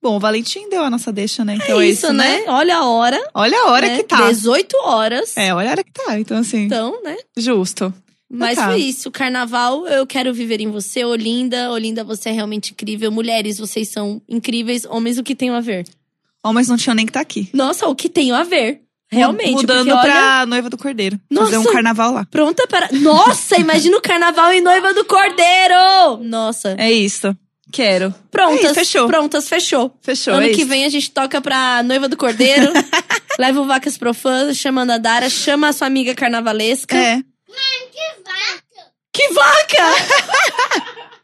Bom, o Valentim deu a nossa deixa, né? Então é isso, né? Olha a hora. Olha a hora né? que tá. 18 horas. É, olha a hora que tá. Então, assim, Então, né? justo. Mas tá. foi isso. Carnaval, eu quero viver em você, Olinda. Olinda, você é realmente incrível. Mulheres, vocês são incríveis. Homens, o que tem a ver? Homens não tinham nem que tá aqui. Nossa, o que tem a ver? Realmente. Mudando porque, olha, pra noiva do cordeiro. Fazer Nossa. um carnaval lá. Pronta para. Nossa, imagina o carnaval em noiva do cordeiro! Nossa. É isso. Quero. Prontas, É isso, fechou. Prontas, fechou. Fechou. ano é que isso. vem a gente toca pra noiva do cordeiro. leva o Vacas pro fã, chamando a Dara, chama a sua amiga carnavalesca. É. Que vaca!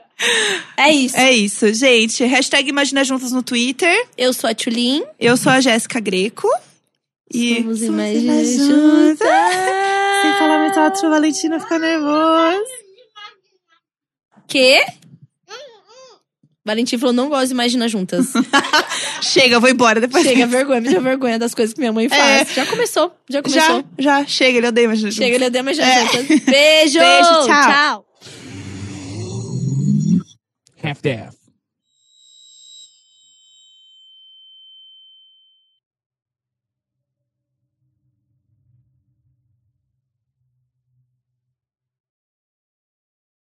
é isso. É isso, gente. Hashtag Imagina Juntas no Twitter. Eu sou a Tulin. Eu sou a Jéssica Greco. E. Somos Somos Imagina Imagina Juntas. Sem falar muito alto pra Valentina ficar nervosa. Quê? Valentim falou, não gosto de Imagina Juntas. Chega, eu vou embora depois. Chega, vergonha, me deu vergonha das coisas que minha mãe faz. Já começou, É. já começou. Já, já, chega, ele odeia Imagina Juntas. Chega, ele deu Imagina Juntas. Beijo! Beijo, tchau. tchau. half-daff.